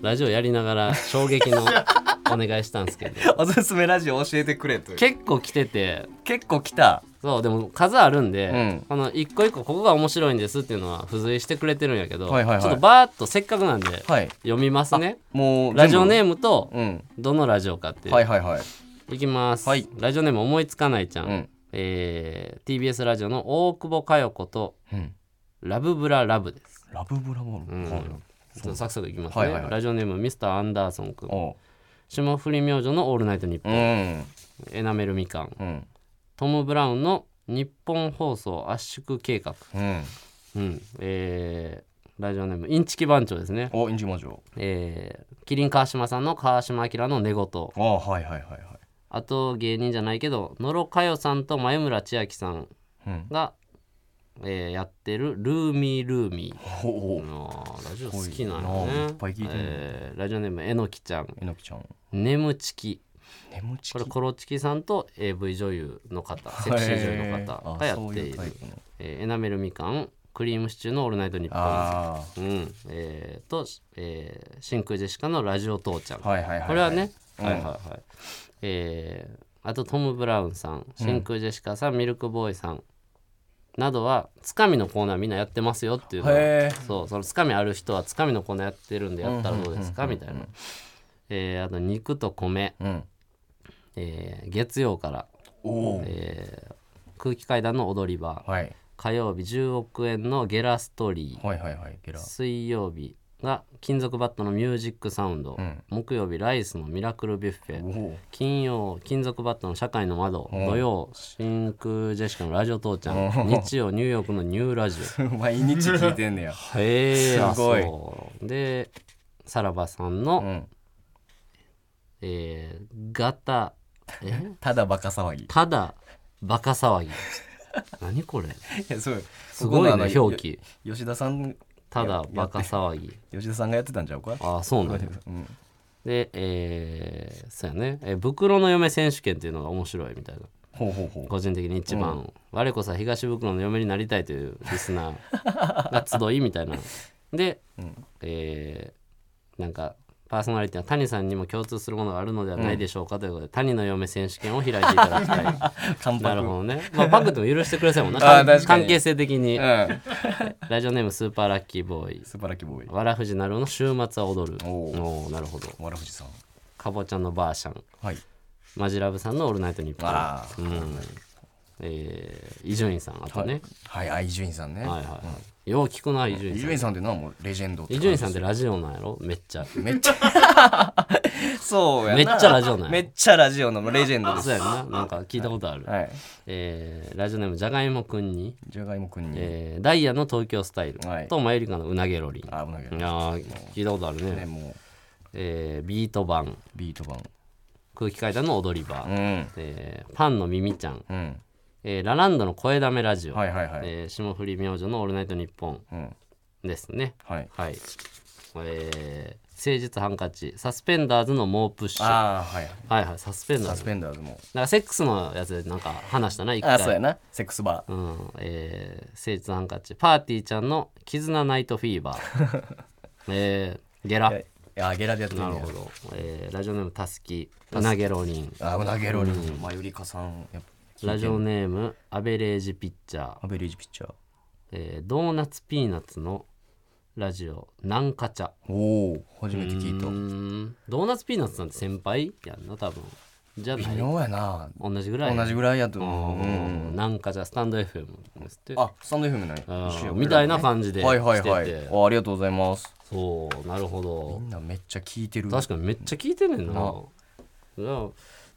Speaker 1: ラジオやりながら衝 撃のお願いしたんですけど
Speaker 2: おすすめラジオ教えてくれという
Speaker 1: 結構来てて
Speaker 2: 結構来た
Speaker 1: そうでも数あるんで、
Speaker 2: うん
Speaker 1: この一個一個ここが面白いんですっていうのは付随してくれてるんやけど、
Speaker 2: はいはいはい
Speaker 1: ちょっとバーッとせっかくなんで
Speaker 2: はい
Speaker 1: 読みますね、
Speaker 2: もう
Speaker 1: ラジオネ
Speaker 2: ム
Speaker 1: ームと
Speaker 2: うん
Speaker 1: どのラジオかっていう、
Speaker 2: はいはいはい
Speaker 1: いきます、
Speaker 2: はい
Speaker 1: ラジオネーム思いつかないちゃん、
Speaker 2: うん
Speaker 1: えー TBS ラジオの大久保佳代子と
Speaker 2: うん
Speaker 1: ラブブララブです、
Speaker 2: ラブブラボー
Speaker 1: うん
Speaker 2: ルはい
Speaker 1: ちょっとサクサクいきますね、
Speaker 2: はいはいはい
Speaker 1: ラジオネームミスターアンダーソンくん
Speaker 2: おう
Speaker 1: 霜降り明星の「オールナイトニッポ
Speaker 2: う
Speaker 1: ン」
Speaker 2: ん
Speaker 1: エナメルみかん
Speaker 2: うん
Speaker 1: トム・ブラウンの「日本放送圧縮計画
Speaker 2: うん」
Speaker 1: うんえーラジオネームインチキ番長ですね
Speaker 2: おインジマジョ
Speaker 1: えー麒麟川島さんの川島明の寝言
Speaker 2: ああはいはいはいは
Speaker 1: あと芸人じゃないけど野呂佳代さんと前村千秋さん
Speaker 2: いうん
Speaker 1: が、えーやってる「ルーミールーミー」
Speaker 2: おおう
Speaker 1: あーラジオ好きな
Speaker 2: すごい
Speaker 1: のね
Speaker 2: ないっぱい聞いてんね
Speaker 1: えーラジオネームえのきちゃん
Speaker 2: えのきちゃん
Speaker 1: ねむちき
Speaker 2: 眠ちき
Speaker 1: これコロチキさんと AV 女優の方セクシー女優の方がやっている
Speaker 2: あそううタイプの
Speaker 1: えーエナメルみかんクリームシチューの「オールナイトニッポン
Speaker 2: あ」
Speaker 1: うんえーと、えー真空ジェシカの「ラジオ父ちゃん」
Speaker 2: ーはいはいはいい
Speaker 1: これはね、
Speaker 2: うん
Speaker 1: はいはいはい、えーあとトム・ブラウンさん真空ジェシカさん、ミルクボーイさんなどはつかみのコーナーみんなやってますよっていうのは
Speaker 2: へ
Speaker 1: そうそのつかみある人はつかみのコーナーやってるんでやったらどうですかみたいな、えーあと肉と米、
Speaker 2: えうん
Speaker 1: えー月曜から
Speaker 2: おお
Speaker 1: 空気階段の踊り場
Speaker 2: はい
Speaker 1: 火曜日10億円のゲラストリ
Speaker 2: はいはいはいゲラ
Speaker 1: ー水曜日が金属バットのミュージックサウンド、
Speaker 2: うん
Speaker 1: 木曜日ライスのミラクルビュッフェ、
Speaker 2: おお
Speaker 1: 金曜金属バットの社会の窓、
Speaker 2: うん
Speaker 1: 土曜真空ジェシカのラジオ父ちゃん、
Speaker 2: うん
Speaker 1: 日曜ニューヨークのニューラジオ
Speaker 2: 毎日聞いてんねや
Speaker 1: へえ
Speaker 2: すごい
Speaker 1: そうでさらばさんの、
Speaker 2: うん
Speaker 1: えーガタえ
Speaker 2: ただバカ騒ぎ
Speaker 1: ただバカ 騒ぎ何これ
Speaker 2: いやそう
Speaker 1: す
Speaker 2: こ
Speaker 1: ごい
Speaker 2: このあ
Speaker 1: ね
Speaker 2: の
Speaker 1: 表記
Speaker 2: よ吉田さん
Speaker 1: ただバカ騒ぎ
Speaker 2: 吉田さんがやってたんちゃうか
Speaker 1: ああそうなんだ
Speaker 2: うん
Speaker 1: でえーそうやね、えー袋の嫁選手権っていうのが面白いみたいな
Speaker 2: ほうほうほ
Speaker 1: 個人的に一番、我こそは東袋の嫁になりたいというリスナーが集いみたいなで、えーなんかパーソナリティは谷さんにも共通するものがあるのではないでしょうかということで、谷の嫁選手権を開いていただきたい
Speaker 2: う乾
Speaker 1: な
Speaker 2: 杯
Speaker 1: るほどね、まあ、パクっても許してくださいもんな
Speaker 2: あー確かに
Speaker 1: 関係性的に、
Speaker 2: うん
Speaker 1: ラジオネームスーパーラッキーボーイ
Speaker 2: 素晴らしいボーイ
Speaker 1: わらふじなるおの週末は踊る
Speaker 2: お
Speaker 1: おーなるほど
Speaker 2: わらふじさん
Speaker 1: かぼちゃのばあしゃん
Speaker 2: はい
Speaker 1: マジラブさんの「オールナイトニッポン
Speaker 2: あ」
Speaker 1: うんえー伊集院さんあとね、
Speaker 2: はいあ伊集院さんね
Speaker 1: はいはいはい。よう聞くな、伊
Speaker 2: 伊
Speaker 1: 集院さ
Speaker 2: 集院さんってなもうレジェンド
Speaker 1: ん。伊集院さんってラジオなんやろめっちゃ。
Speaker 2: めっちゃそうやな
Speaker 1: めっちゃラジオなんや
Speaker 2: めっちゃラジオのレジェンドです
Speaker 1: そうやんな。なんか聞いたことある。
Speaker 2: はい
Speaker 1: えーラジオネームじゃがいもくんに、
Speaker 2: じゃがいもくんに
Speaker 1: えーダイヤの東京スタイル
Speaker 2: はい
Speaker 1: とマユリカのうなげロリン。
Speaker 2: あ危ないけど
Speaker 1: いやー聞いたことある
Speaker 2: ね
Speaker 1: ね。
Speaker 2: も
Speaker 1: えービート版、
Speaker 2: うビート版
Speaker 1: 空気階段の踊り場、
Speaker 2: うん
Speaker 1: えーパンの耳ちゃん、
Speaker 2: うん
Speaker 1: えーラランドの声だめラジオ、
Speaker 2: はいはいはい
Speaker 1: えー霜降り明星のオールナイトニッポン
Speaker 2: うん
Speaker 1: ですね。
Speaker 2: はい
Speaker 1: はい。えー誠実ハンカチ、サスペンダーズの猛プッシュ。
Speaker 2: ああはい
Speaker 1: はいはい、サスペンダー
Speaker 2: サ
Speaker 1: ズ
Speaker 2: ス。ペンダーズも
Speaker 1: なんかセックスのやつでなんか話したな、一回。
Speaker 2: あそうやなセックスバ
Speaker 1: うん、えー、誠実ハンカチ、パーティーちゃんの絆ナイトフィーバー。 えー、ゲラ。
Speaker 2: ーいやあゲラでやってる
Speaker 1: なるほど。えー、ラジオネームタスキ、うなげろりん。
Speaker 2: あうなげろりんマユリカさんやっぱ
Speaker 1: ラジオネームアベレージピッチャー、
Speaker 2: アベレージピッチャー
Speaker 1: えー、ドーナツピーナツのラジオなんかちゃ
Speaker 2: おお初めて聞いうた
Speaker 1: ーんドーナツピーナツなんて先輩やんな多分じゃな
Speaker 2: 微
Speaker 1: い
Speaker 2: 妙やな
Speaker 1: 同じぐらい
Speaker 2: 同じぐらいやと思ううん
Speaker 1: うんなんかじゃスタンド FM ですって
Speaker 2: あスタンド FM ない
Speaker 1: あー
Speaker 2: 一緒や
Speaker 1: みたいな感じで
Speaker 2: はいはいはい
Speaker 1: してて
Speaker 2: あありがとうございます
Speaker 1: そうなるほ
Speaker 2: み
Speaker 1: ど
Speaker 2: んなめっちゃ聞いてる
Speaker 1: 確かにめっちゃ聞いてんねんな
Speaker 2: な
Speaker 1: じゃあ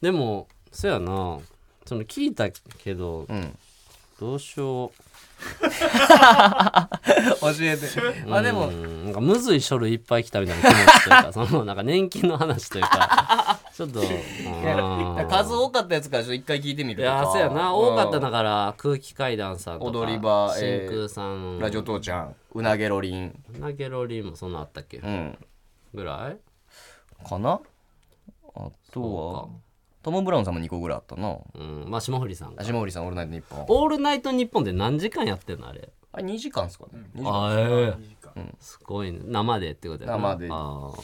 Speaker 1: でもそやなその聞いたけど、
Speaker 2: うん
Speaker 1: どうしよ
Speaker 2: 教えてあで
Speaker 1: う、う
Speaker 2: も
Speaker 1: ん、なんかむずい書類いっぱい来たみたいな気持ちとい うかそのなんか年金の話というかちょっとあー
Speaker 2: 数多かったやつからちょっと一回聞いてみ
Speaker 1: い
Speaker 2: るとか
Speaker 1: やそうやな多かっただから空気階段さんとか
Speaker 2: 踊り場え
Speaker 1: 真
Speaker 2: ー
Speaker 1: 空さん、
Speaker 2: ラジオ父ちゃんうなげろりん
Speaker 1: ナゲロリンもそんなんあったっけ
Speaker 2: うん
Speaker 1: ぐらい
Speaker 2: かなあとはトム・ブラウンさんも2個ぐらいあったな
Speaker 1: うんまあ霜降りさんが
Speaker 2: 足森さん「オールナイトニッポン」
Speaker 1: オールナイトニッポンで何時間やってんのあれ
Speaker 2: あ2時間ですかね2時間
Speaker 1: あえすごいね生でってことやな
Speaker 2: 生で
Speaker 1: あー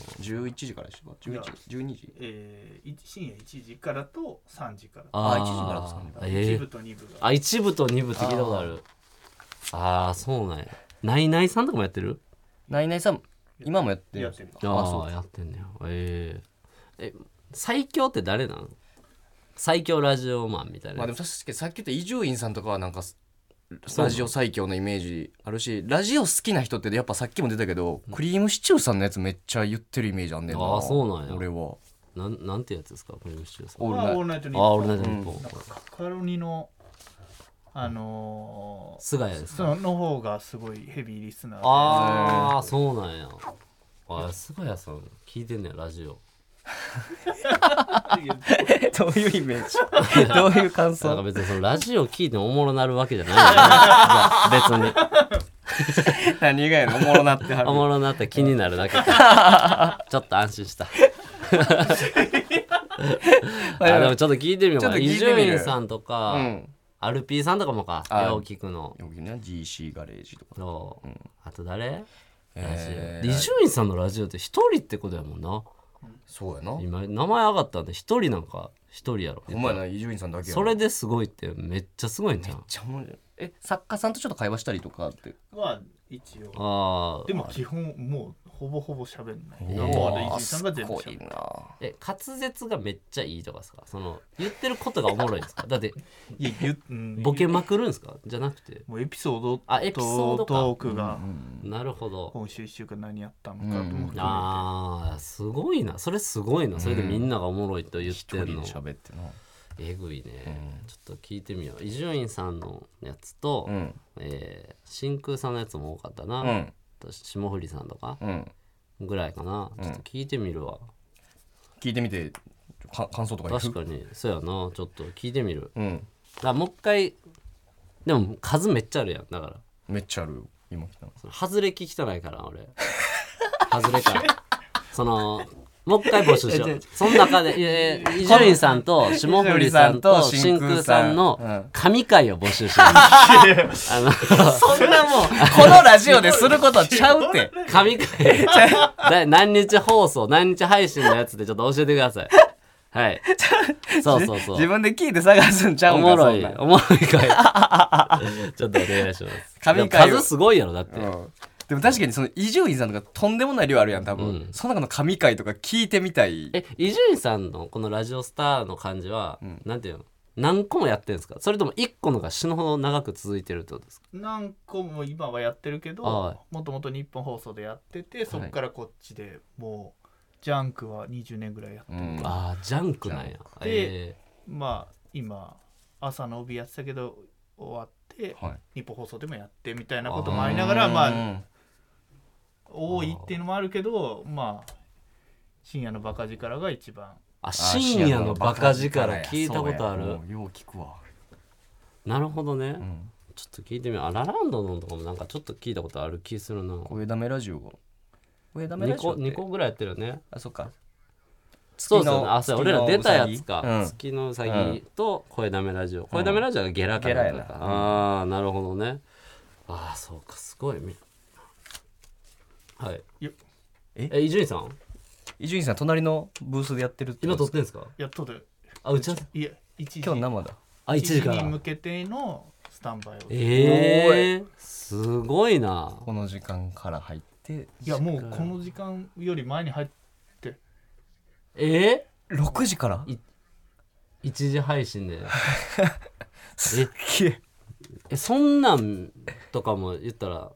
Speaker 2: 11時からでしたか11時12時
Speaker 3: えー、い深夜1時からと3時から
Speaker 1: あー
Speaker 2: 一時からですかね
Speaker 1: あえ
Speaker 3: 1
Speaker 1: ー
Speaker 3: 部と2部が
Speaker 1: あ一部と二部って聞いたことあるああーそうなんやナイナイさんとかもやってる
Speaker 2: ナイナイさん今もやって
Speaker 3: や
Speaker 2: る
Speaker 3: ってる
Speaker 1: ああやってんねやえーえ最強って誰なの最強ラジオマンみたい
Speaker 2: ま
Speaker 1: な
Speaker 2: あでも確かにさっき言った伊集院さんとかはなんかラジオ最強のイメージあるしラジオ好きな人ってやっぱさっきも出たけど、クリームシチューさんのやつめっちゃ言ってるイメージあんねんな
Speaker 1: あーそうなんや
Speaker 2: 俺は
Speaker 1: なんなんてやつですかこれシチューさん
Speaker 2: オール
Speaker 3: ま
Speaker 2: ナ
Speaker 3: あ
Speaker 2: イ
Speaker 3: オー
Speaker 2: ト
Speaker 3: ルナイトニッ
Speaker 1: ああ
Speaker 3: ポ
Speaker 1: 俺の
Speaker 3: ン
Speaker 1: 日本
Speaker 3: なんかカカロニのあのー
Speaker 1: 菅谷です
Speaker 3: そ
Speaker 1: か
Speaker 3: のの方がすごいヘビーリスナーで
Speaker 1: ああそうなんやあ菅谷さん聞いてんねやラジオ
Speaker 4: どういうイメージ どういう感
Speaker 1: なんか
Speaker 4: 想
Speaker 1: 別にそのラジオ聞いておもろなるわけじゃ ないよね別に
Speaker 2: 何がやろおもろなってはる
Speaker 1: おもろなって気になるだけ ちょっと安心したあでもちょっと聞いてみようかな
Speaker 2: ちょっと聞
Speaker 1: 伊
Speaker 2: いて
Speaker 1: 集
Speaker 2: みる
Speaker 1: 院さんとか、
Speaker 2: うん
Speaker 1: アルピーさんとかもか
Speaker 2: あ
Speaker 1: よう聞くの
Speaker 2: よく言うな GC ガレージとか
Speaker 1: そう、あと誰ラジ
Speaker 2: え
Speaker 1: オ伊集院さんのラジオって一人ってことやもんな
Speaker 2: そうやな
Speaker 1: 今名前上がったんで一人なんか一人やろ
Speaker 2: お前な伊集院さんだけやな
Speaker 1: それですごいってめっちゃすごいんじゃん
Speaker 2: めっちゃおもろいえ作家さんとちょっと会話したりとかって
Speaker 3: は一応
Speaker 1: あ
Speaker 3: で
Speaker 1: あ
Speaker 3: も基本もうほぼほぼ喋んな
Speaker 1: ー
Speaker 3: いもうあれ伊
Speaker 2: あ
Speaker 3: 集院さんが全部
Speaker 2: す
Speaker 3: 喋
Speaker 2: ご
Speaker 3: る
Speaker 2: いな
Speaker 1: え滑舌がめっちゃいいとかですかその言ってることがおもろいんですか だって
Speaker 3: いや言っうん
Speaker 1: ボケまくるんですかじゃなくて
Speaker 3: もうエピソード
Speaker 1: あエピソード
Speaker 3: と
Speaker 1: か
Speaker 3: トークが
Speaker 1: なるほど
Speaker 3: 今週1週間何やったのかと思って、
Speaker 1: あーすごいなそれすごいなそれでみんながおもろいと言っ
Speaker 2: 一
Speaker 1: て
Speaker 2: 人
Speaker 1: ん
Speaker 2: で
Speaker 1: の、
Speaker 2: 喋ってな
Speaker 1: えぐいね、ちょっと聞いてみよう伊集院さんのやつと、
Speaker 2: うん
Speaker 1: えー真空さんのやつも多かったな、
Speaker 2: うん
Speaker 1: あと霜降りさんとか
Speaker 2: うん
Speaker 1: ぐらいかな、ちょっと聞いてみるわ
Speaker 2: 聞いてみてか感想とか言う
Speaker 1: 確かにそうやなちょっと聞いてみる
Speaker 2: うん
Speaker 1: だからもう一回でも数めっちゃあるやんだから
Speaker 2: めっちゃあるよ今来たの
Speaker 1: その外れ聞きたないから俺 外れからそのもう一回募集しようその中でいやいや伊集院さんと霜降りさんと
Speaker 2: 伊集
Speaker 1: 真
Speaker 2: 院さんと真
Speaker 1: 空
Speaker 2: 空
Speaker 1: さ
Speaker 2: さ
Speaker 1: ん
Speaker 2: ん
Speaker 1: の神回を募集しようあの
Speaker 2: そんなもうこのラジオですることちゃうって
Speaker 1: 神回 だ何日放送何日配信のやつでちょっと教えてくださいはいそうそうそう
Speaker 2: 自分で聞いて探すんちゃ
Speaker 1: お
Speaker 2: うんか
Speaker 1: もろ
Speaker 2: そん
Speaker 1: い
Speaker 2: なん
Speaker 1: おもろい回 ちょっとお願いします
Speaker 2: 神
Speaker 1: で
Speaker 2: 回を
Speaker 1: も数すごいやろだって、
Speaker 2: うんでも確かにその伊集院さんとかとんでもない量あるやん多分、
Speaker 1: うん
Speaker 2: その中の神回とか聞いてみたい
Speaker 1: え伊集院さんのこのラジオスターの感じは、なんていうの何個もやってるんですかそれとも1個のが死ぬほど長く続いてるってことですか
Speaker 3: 何個も今はやってるけど
Speaker 1: はい
Speaker 3: もともと日本放送でやっててそこからこっちでもうジャンクは20年ぐらいやって、
Speaker 2: うん
Speaker 1: ああジャンクなんやえ
Speaker 3: でまあ今朝の帯やってたけど終わって
Speaker 2: はい
Speaker 3: 日本放送でもやってみたいなこともありながらまあ
Speaker 2: あ
Speaker 3: 多いっていうのもあるけどまあ深夜のバカ力が一番
Speaker 1: ー、あ深夜のバカ力聞いたことある
Speaker 2: よう聞くわ
Speaker 1: なるほどね、
Speaker 2: ん
Speaker 1: ちょっと聞いてみようあラランドのとかもなんかちょっと聞いたことある気するな
Speaker 2: 声ダメラジオが声ダメラ
Speaker 1: 2
Speaker 2: ジオ
Speaker 1: 個
Speaker 2: って
Speaker 1: 二個ぐらいやってるよね
Speaker 2: あそっか
Speaker 1: そうですよねあそう俺ら出たやつ
Speaker 2: 月のう
Speaker 1: か
Speaker 2: さぎ
Speaker 1: 月のうさぎと声ダメラジオ声ダメラジオがゲラか
Speaker 2: ゲラや
Speaker 1: な
Speaker 2: な
Speaker 1: かああなるほどねああそうかすごいみはい
Speaker 3: よ
Speaker 2: え
Speaker 1: え伊集院さん
Speaker 2: 伊集院さん隣のブースでやってるって
Speaker 1: 今撮ってんですか
Speaker 3: やっとる
Speaker 1: あ打ち合わせ
Speaker 3: いや一時
Speaker 2: 今日生だ
Speaker 1: あ1時か
Speaker 3: に
Speaker 1: ら
Speaker 3: 向けてのスタンバイを
Speaker 1: ええすごいな
Speaker 2: この時間から入って
Speaker 3: いやもうこの時間より前に入って
Speaker 1: え
Speaker 2: 6時から
Speaker 1: いー、一時配信でええそんなんとかも言ったら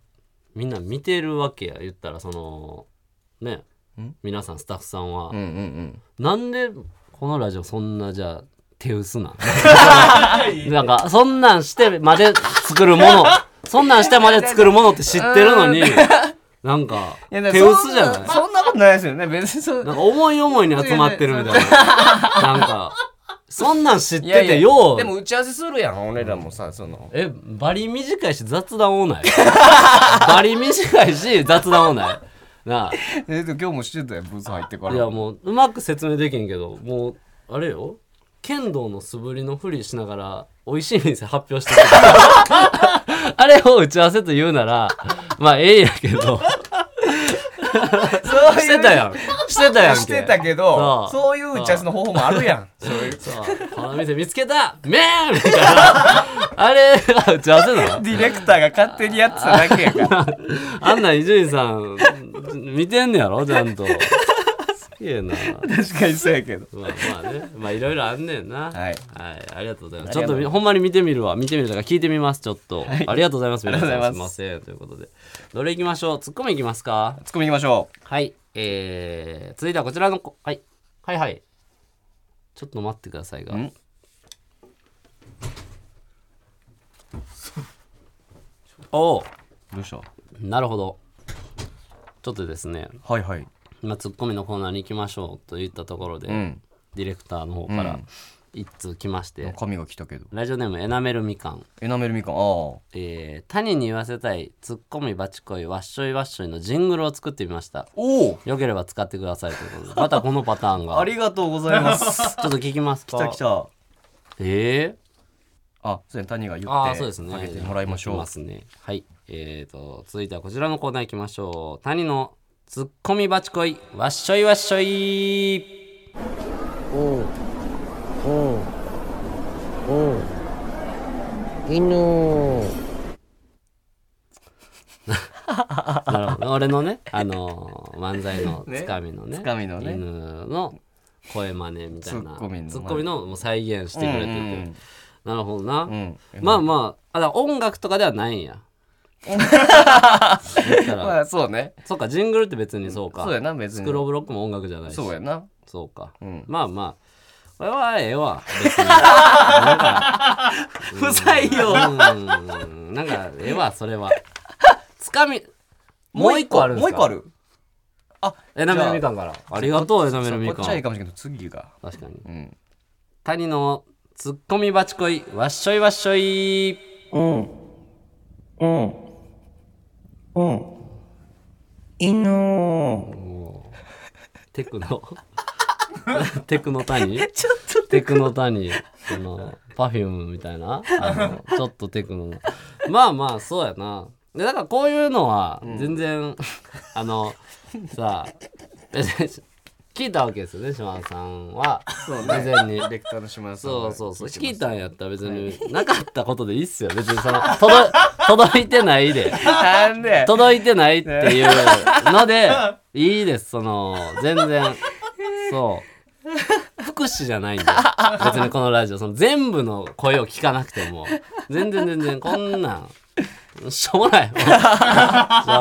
Speaker 1: みんな見てるわけや言ったらそのね
Speaker 2: ん
Speaker 1: 皆さんスタッフさんは、
Speaker 2: うんうんうん
Speaker 1: なんでこのラジオそんなじゃあ手 薄なんなんかそんなんしてまで作るも のそんなんしてまで作るものって知ってるのになんか
Speaker 2: いやだ
Speaker 1: 手薄じゃない
Speaker 2: そんなことないですよね別にそう
Speaker 1: なんか思い思いに集まってるみたいな。なんか、そんなん知っててよう。
Speaker 2: でも打ち合わせするやん俺らもさその
Speaker 1: え、バリ短いし雑談多ない。バリ短いし雑談多ない。な
Speaker 2: えで今日もしてたよブース入ってか
Speaker 1: あ。
Speaker 2: ら
Speaker 1: いやもう、うまく説明できんけど、もう、あれよ。剣道の素振りのふりしながら、美味しい店発表してる。 あれを打ち合わせと言うなら、まあ、ええんや けど。
Speaker 2: そういう
Speaker 1: してたやん。してたやんけ。
Speaker 2: してたけど
Speaker 1: そう
Speaker 2: そういう打ち合わせの方法もある やんそういう
Speaker 1: さあ、この店見つけためーみたいな。あれ、打ち合わせなの
Speaker 2: ディレクターが勝手にやってただけ やから
Speaker 1: あんなん伊集院さん、見てんねやろちゃんと。いやな。
Speaker 4: 確かにそうやけど。
Speaker 1: まあまあね。まあいろいろあんねん
Speaker 2: は
Speaker 1: な。
Speaker 2: い。
Speaker 1: はい、ありがとうございます。ち
Speaker 4: ありがと
Speaker 1: ょっ
Speaker 4: う
Speaker 1: とみほんまに見てみるわ。見てみるとか聞いてみます、ちょっと。ありがとうございます。皆さん
Speaker 4: ありがとうござ
Speaker 1: すい
Speaker 4: い
Speaker 1: ま
Speaker 4: ます
Speaker 1: せん。ということで。どれいきましょうツッコミいきますか
Speaker 2: ツッコミいきましょう。
Speaker 1: はい。えー、続いてはこちらのこ、はい。はいはい。ちょっと待ってくださいが。
Speaker 2: ん
Speaker 1: おお
Speaker 2: どうした
Speaker 1: なるほど。ちょっとですね、
Speaker 2: はいはい。
Speaker 1: 今ツッコミのコーナーに行きましょうと言ったところで、
Speaker 2: うん。
Speaker 1: ディレクターの方から
Speaker 2: うん
Speaker 1: 一通来まして、
Speaker 2: 髪が来たけど。
Speaker 1: ラジオネームエナメルみかん。
Speaker 2: エナメルみかん。ああ。
Speaker 1: えー、谷に言わせたいツッコミバチコイワッショイワッショイのジングルを作ってみました
Speaker 2: おお
Speaker 1: よければ使ってくださいということでまたこのパターンが
Speaker 2: ありがとうござい ます。
Speaker 1: ちょっと聞きますか
Speaker 2: 来た来た。
Speaker 1: え
Speaker 2: あ、そうやね谷が言
Speaker 1: ー、あ
Speaker 2: っ
Speaker 1: あ
Speaker 2: て、
Speaker 1: そうですね
Speaker 2: あげてもらいましょ。
Speaker 1: いうますねはいえー、と続いてはこちらのコーナー行きましょう谷のツッコミバチコイワッショイワッショイ
Speaker 5: おうおうおう犬
Speaker 1: なるほど俺のね、あのー漫才のつかみのね
Speaker 2: つかみのね
Speaker 1: 犬の声真似みたいな
Speaker 2: ツッコミの
Speaker 1: ツッコミのもう再現して
Speaker 2: う
Speaker 1: く
Speaker 2: ん
Speaker 1: れてて、なるほどな、
Speaker 2: うんうん。
Speaker 1: まあまああだから音楽とかではないんや言 ったら
Speaker 2: まあ、そうね。
Speaker 1: そうかジングルって別にそうか
Speaker 2: そうやな、別
Speaker 1: ス
Speaker 2: に。
Speaker 1: クローブロックも音楽じゃないし
Speaker 2: そうやな。
Speaker 1: そうか、
Speaker 2: ん
Speaker 1: まあまあこれはええわ 別になんか
Speaker 2: 不採
Speaker 1: う
Speaker 2: 用。
Speaker 1: ーんなんかええわそれはつかみもう一個あるんです
Speaker 2: もう
Speaker 1: か
Speaker 2: 一個ある。
Speaker 1: エナメルみかんから。ありがとう、エナメルみ
Speaker 2: こ
Speaker 1: か
Speaker 2: っちはいい
Speaker 1: ん。
Speaker 2: かもしれんけど、次が。
Speaker 1: 確かに。
Speaker 2: うん。
Speaker 1: 谷のツッコミバチコイ、わっしょいわっしょい。
Speaker 5: うんうんうん犬
Speaker 1: テクノ。 テクノ谷
Speaker 4: ちょっと
Speaker 1: テクノ谷。あの、パフュームみたいな。あの、ちょっとテクノの。まあまあ、そうやな。で、だからこういうのは、全然、あの、さあ、別に 聞いたわけですよね、島田さんは。事前に。
Speaker 2: レクターの島田さん
Speaker 1: そ
Speaker 2: が
Speaker 1: うそうそう。聞いたんやったら別に、なかったことでいいっすよ。別にその、届、届いてないで。
Speaker 4: なんで
Speaker 1: 届いてないっていうので、いいです、その、全然。そう。福祉じゃないんで。別にこのラジオ、その全部の声を聞かなくても、全然全然、こんなん、しょうもない。しょう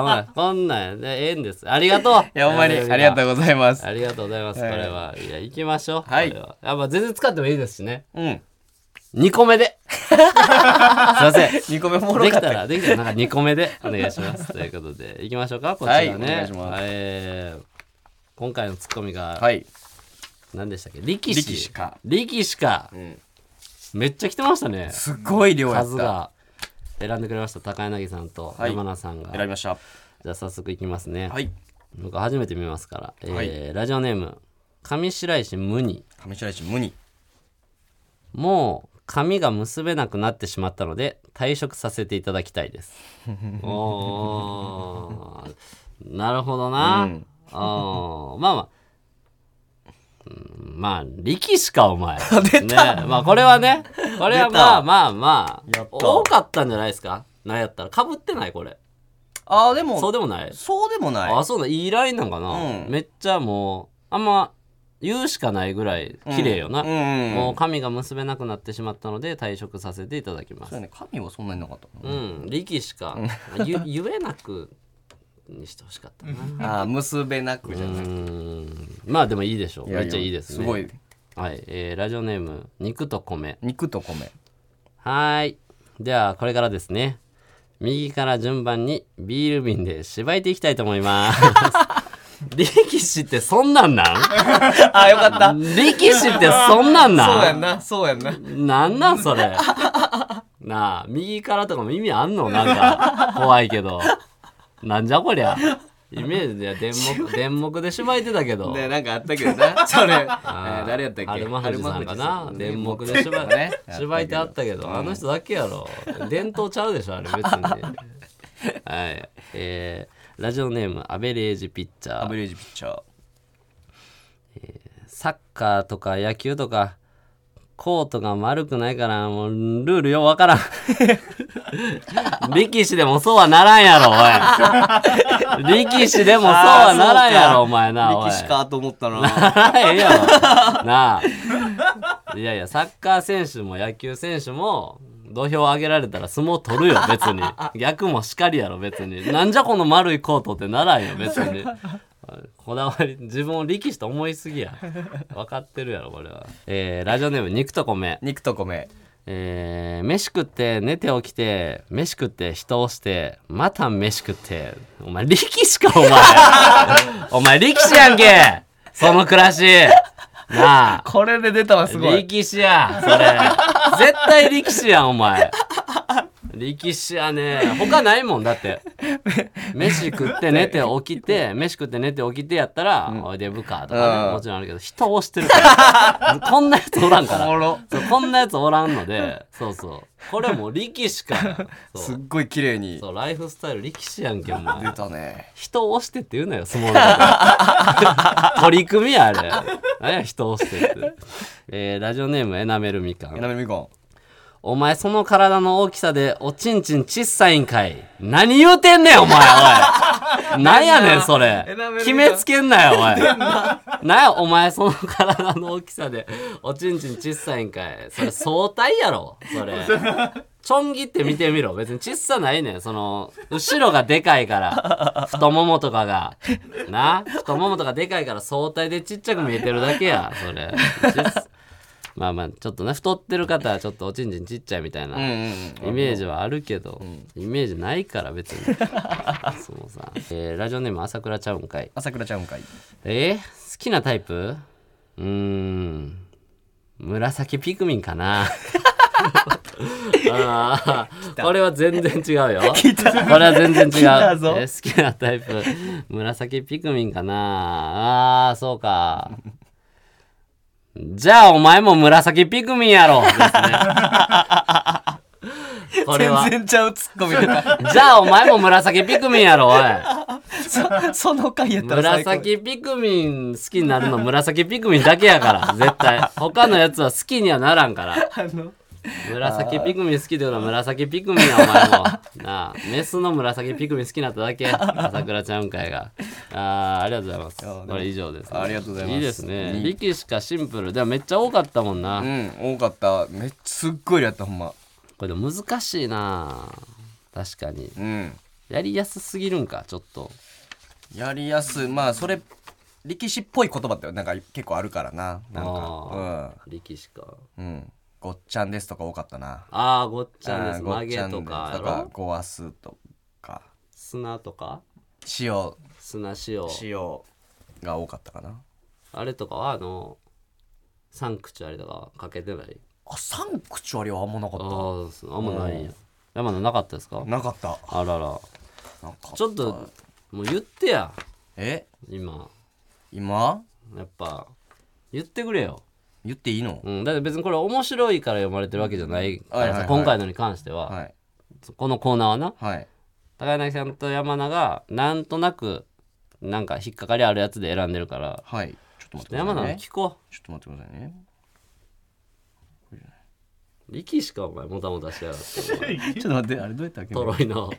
Speaker 1: もない。こんなんやで、ええんです。ありがとう。
Speaker 2: いや、ほんまに、ありがとうございます。
Speaker 1: ありがとうございます、これは。いや、行きましょう。
Speaker 2: はい
Speaker 1: これは。やっぱ全然使ってもいいですしね。
Speaker 2: うん。
Speaker 1: 2個目 で。すいません。で
Speaker 2: 2個目おもろ
Speaker 1: き
Speaker 2: かったた。
Speaker 1: ら、できたら、なんか2個目でお願いします。ということで、いきましょうか、こちら
Speaker 2: は
Speaker 1: ね。
Speaker 2: いお願いします
Speaker 1: えー今回のツッコミが、
Speaker 2: はい。
Speaker 1: 何でしたっけ力士。
Speaker 2: 力士か。
Speaker 1: 力士か。
Speaker 2: ん
Speaker 1: めっちゃ来てましたね。
Speaker 2: すごい量やった。
Speaker 1: 数が。選んでくれました。高柳さんと
Speaker 2: はい
Speaker 1: 山名さんが。
Speaker 2: 選びました。
Speaker 1: じゃあ早速いきますね。
Speaker 2: はい。
Speaker 1: 僕初めて見ますから。えー
Speaker 2: はい
Speaker 1: ラジオネーム、上白石無二。
Speaker 2: 上白石無二。
Speaker 1: もう髪が結べなくなってしまったので退職させていただきたい です。おーなるほどな。
Speaker 2: うん
Speaker 1: あーまあまあ。うんまあ力士か お前。ね、まあこれはねこれはまあまあま
Speaker 2: や
Speaker 1: あ
Speaker 2: った
Speaker 1: 多かったんじゃないですかなんやったらかぶってないこれ
Speaker 2: ああ、でも、
Speaker 1: そうでもない、
Speaker 2: そうでもない。
Speaker 1: あそうだいいラインなんかな、
Speaker 2: うん
Speaker 1: めっちゃもうあんま言うしかないぐらい綺麗よな、
Speaker 2: うんうんうん
Speaker 1: もう髪が結べなくなってしまったので退職させていただきま
Speaker 2: そうやね、
Speaker 1: す。
Speaker 2: 神はそんなになかったもん
Speaker 1: う
Speaker 2: ね。
Speaker 1: ん、力士か。ゆ 言えなくにしてほしかったな。
Speaker 2: ああ、結べなくじゃ
Speaker 1: う
Speaker 2: ない。
Speaker 1: ん、まあでもいいでしょう。
Speaker 2: いやいや
Speaker 1: めっちゃいいですね。
Speaker 2: すごい。
Speaker 1: はい、えーラジオネーム肉と米。
Speaker 2: 肉と 米。
Speaker 1: はーい。ではこれからですね。右から順番にビール瓶でしばいていきたいと思 います。力士ってそんなんなん
Speaker 2: あ、よかった。そ
Speaker 1: 力士ってそんなんなん
Speaker 2: うやんな、 そうやんな。
Speaker 1: なんなんそれなあ右からとかも意味あんのなんか怖いけどなんじゃこりゃイメージでは電目電目でしまいてたけど
Speaker 2: で、なんかあったけどな。 それ、え
Speaker 1: あ
Speaker 2: ー誰やったっけ
Speaker 1: 春馬富士さんかな
Speaker 2: 春馬富士さん
Speaker 1: 電目でしば,、
Speaker 2: ね
Speaker 1: 芝居てあったけどあの人だけやろ伝統ちゃうでしょあれ 別にはいえーラジオネームアベレージピッチャー
Speaker 2: アベレージピッチャー。
Speaker 1: サッカーとか野球とかコートが丸くないから、もう、ルールようわからん。 力士でもそうはならんやろ、おい。力士でもそうはならんやろ、お前な、おい。
Speaker 2: 力士かと思ったな
Speaker 1: ええやろ。なあ。いやいや、サッカー選手も野球選手も、土俵上げられたら相撲取るよ、別に。逆もしかりやろ、別に。なんじゃこの丸いコートってならんよ、別に。こだわり、自分を力士と思いすぎや。分かってるやろ、これは。えーラジオネーム、 肉と米。
Speaker 2: 肉と米
Speaker 1: えー飯食って寝て起きて飯食って人をしてまた飯食ってお前力士かお前 お前力士やんけその暮らしなあ
Speaker 4: これで出た わすごい
Speaker 1: 力士やそれ絶対力士やんお前力士やね他ないもんだって飯 食って寝て起きて飯食って寝て起きてやったら、おいデブかとかね、
Speaker 2: うん
Speaker 1: もちろんあるけど人をしてる からこんなやつおらんから
Speaker 2: おもろ
Speaker 1: そうこんなやつおらんのでそうそうこれもう力士からそ
Speaker 2: すっ
Speaker 1: う
Speaker 2: ごい綺麗に
Speaker 1: そうライフスタイル力士やんけお
Speaker 2: 出
Speaker 1: 前
Speaker 2: たね
Speaker 1: 人を押してって言うなよ相撲の取り組みやあれ何や人を押してって、えーラジオネームエナメルみか
Speaker 2: え
Speaker 1: ん
Speaker 2: なみみかん
Speaker 1: お前その体の大きさでおちんちんちっさいんかい何言うてんねんお前 おい何やねんそれ
Speaker 4: ナメルみかん
Speaker 1: 決めつけんなよおい何やお前その体の大きさでおちんちんちっさいんかいそれ相対やろそれちょん切って見てみろ別にちっさないねんその後ろがでかいから太ももとかがな太ももとかでかいから相対でちっちゃく見えてるだけやそれちっさまあまあちょっとね太ってる方はちょっとおちんちんちっちゃいみたいな、
Speaker 2: うんうん
Speaker 1: イメージはあるけど、イメージないから別にそうさ、えーラジオネーム朝倉ちゃうんかい
Speaker 2: 朝倉ちゃうんかい
Speaker 1: えー、好きなタイプうーん紫ピクミンかなあーこれは全然違うよこれは全然違う
Speaker 4: ぞ
Speaker 1: えー好きなタイプ紫ピクミンかなあーそうかじゃあお前も紫ピクミンやろですねこれは
Speaker 2: 全然ちゃうツッコミ が
Speaker 1: じゃあお前も紫ピクミンやろおい
Speaker 2: その回やったら最高
Speaker 1: 紫ピクミン好きになるの紫ピクミンだけやから絶対他のやつは好きにはならんから
Speaker 4: あの
Speaker 1: 紫ピクミン好きで俺は紫ピクミ ンやお前もなあメスの紫ピクミン好きになっただけ朝倉ちゃうん会があーありがとうございます
Speaker 2: やでも
Speaker 1: これ以上です、ね、
Speaker 2: ありがとうございます
Speaker 1: いいですね
Speaker 2: いい
Speaker 1: 力士かシンプルでもめっちゃ多かったもんな、
Speaker 2: うん多かっためっちゃすっごいやったほんま
Speaker 1: これでも難しいな確かに
Speaker 2: うん
Speaker 1: やりやすすぎるんかちょっと
Speaker 2: やりやすいまあそれ力士っぽい言葉ってなんか結構あるからななん
Speaker 1: あ
Speaker 2: か
Speaker 1: 力士か
Speaker 2: うんうんごっちゃんですとか多かったな
Speaker 1: ああごっちゃんです
Speaker 2: うんご
Speaker 1: 曲
Speaker 2: っ
Speaker 1: げ
Speaker 2: ちゃん
Speaker 1: とか
Speaker 2: ですと
Speaker 1: や
Speaker 2: か
Speaker 1: ろ
Speaker 2: ごわすとか
Speaker 1: 砂とか
Speaker 2: 塩
Speaker 1: 砂塩
Speaker 2: 塩が多かったかな
Speaker 1: あれとかはあのサンクチュアリとかかけてない
Speaker 2: あサンクチュアリはあんまなか
Speaker 1: あ
Speaker 2: っ
Speaker 1: あそうあんまないんや山田なかったですか
Speaker 2: たなかった
Speaker 1: あらら
Speaker 2: なかた
Speaker 1: ちょっともう言ってや
Speaker 2: え
Speaker 1: 今
Speaker 2: 今
Speaker 1: やっぱ言ってくれよ、
Speaker 2: 言っていいの
Speaker 1: うん、だって別にこれ面白いから読まれてるわけじゃないからさ、
Speaker 2: はいはいはい
Speaker 1: 今回のに関しては、
Speaker 2: はい
Speaker 1: このコーナーはな
Speaker 2: はい
Speaker 1: 高柳さんと山名がなんとなくなんか引っかかりあるやつで選んでるから
Speaker 2: はいちょっと待ってくだ
Speaker 1: 山名
Speaker 2: さい
Speaker 1: の
Speaker 2: ね
Speaker 1: 聞こ
Speaker 2: ちょっと待ってくださいね
Speaker 1: う力士かお前もたもたしやがってお 前
Speaker 2: ちょっと待ってあれどうやったっけ
Speaker 1: トロ イの、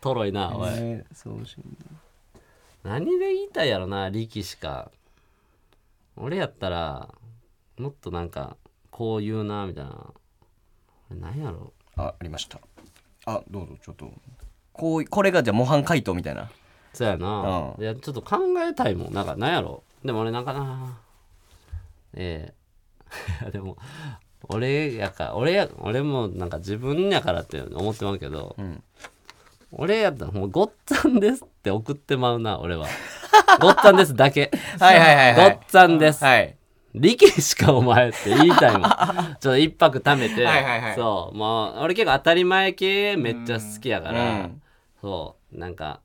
Speaker 1: トロイな、おい。
Speaker 2: えー送信
Speaker 1: 何で言いたいやろな、力士か。俺やったら、もっとなんか、こう言うな、みたいな。何やろ。
Speaker 2: あありましたあどうぞちょっとこうこれがじゃあ模範解答みたいな
Speaker 1: そうやな。
Speaker 2: うん
Speaker 1: いや、ちょっと考えたいもん。なんか、何やろ。でも俺なんかな。ええ でも、俺やか、俺や、俺もなんか自分やからって思ってまうけど、
Speaker 2: ん
Speaker 1: 俺やったら、もうごっつぁんですって送ってまうな、俺は。ごっつぁんですだけ。
Speaker 2: はいはいはい
Speaker 1: ご
Speaker 2: は
Speaker 1: っ
Speaker 2: い
Speaker 1: つぁんです。
Speaker 2: はい
Speaker 1: 力士かお前って言いたいもんちょっと一泊貯めて
Speaker 2: はいはいはい
Speaker 1: そうもう俺結構当たり前系めっちゃ好きやか
Speaker 2: う
Speaker 1: ら、
Speaker 2: ん
Speaker 1: そうなんか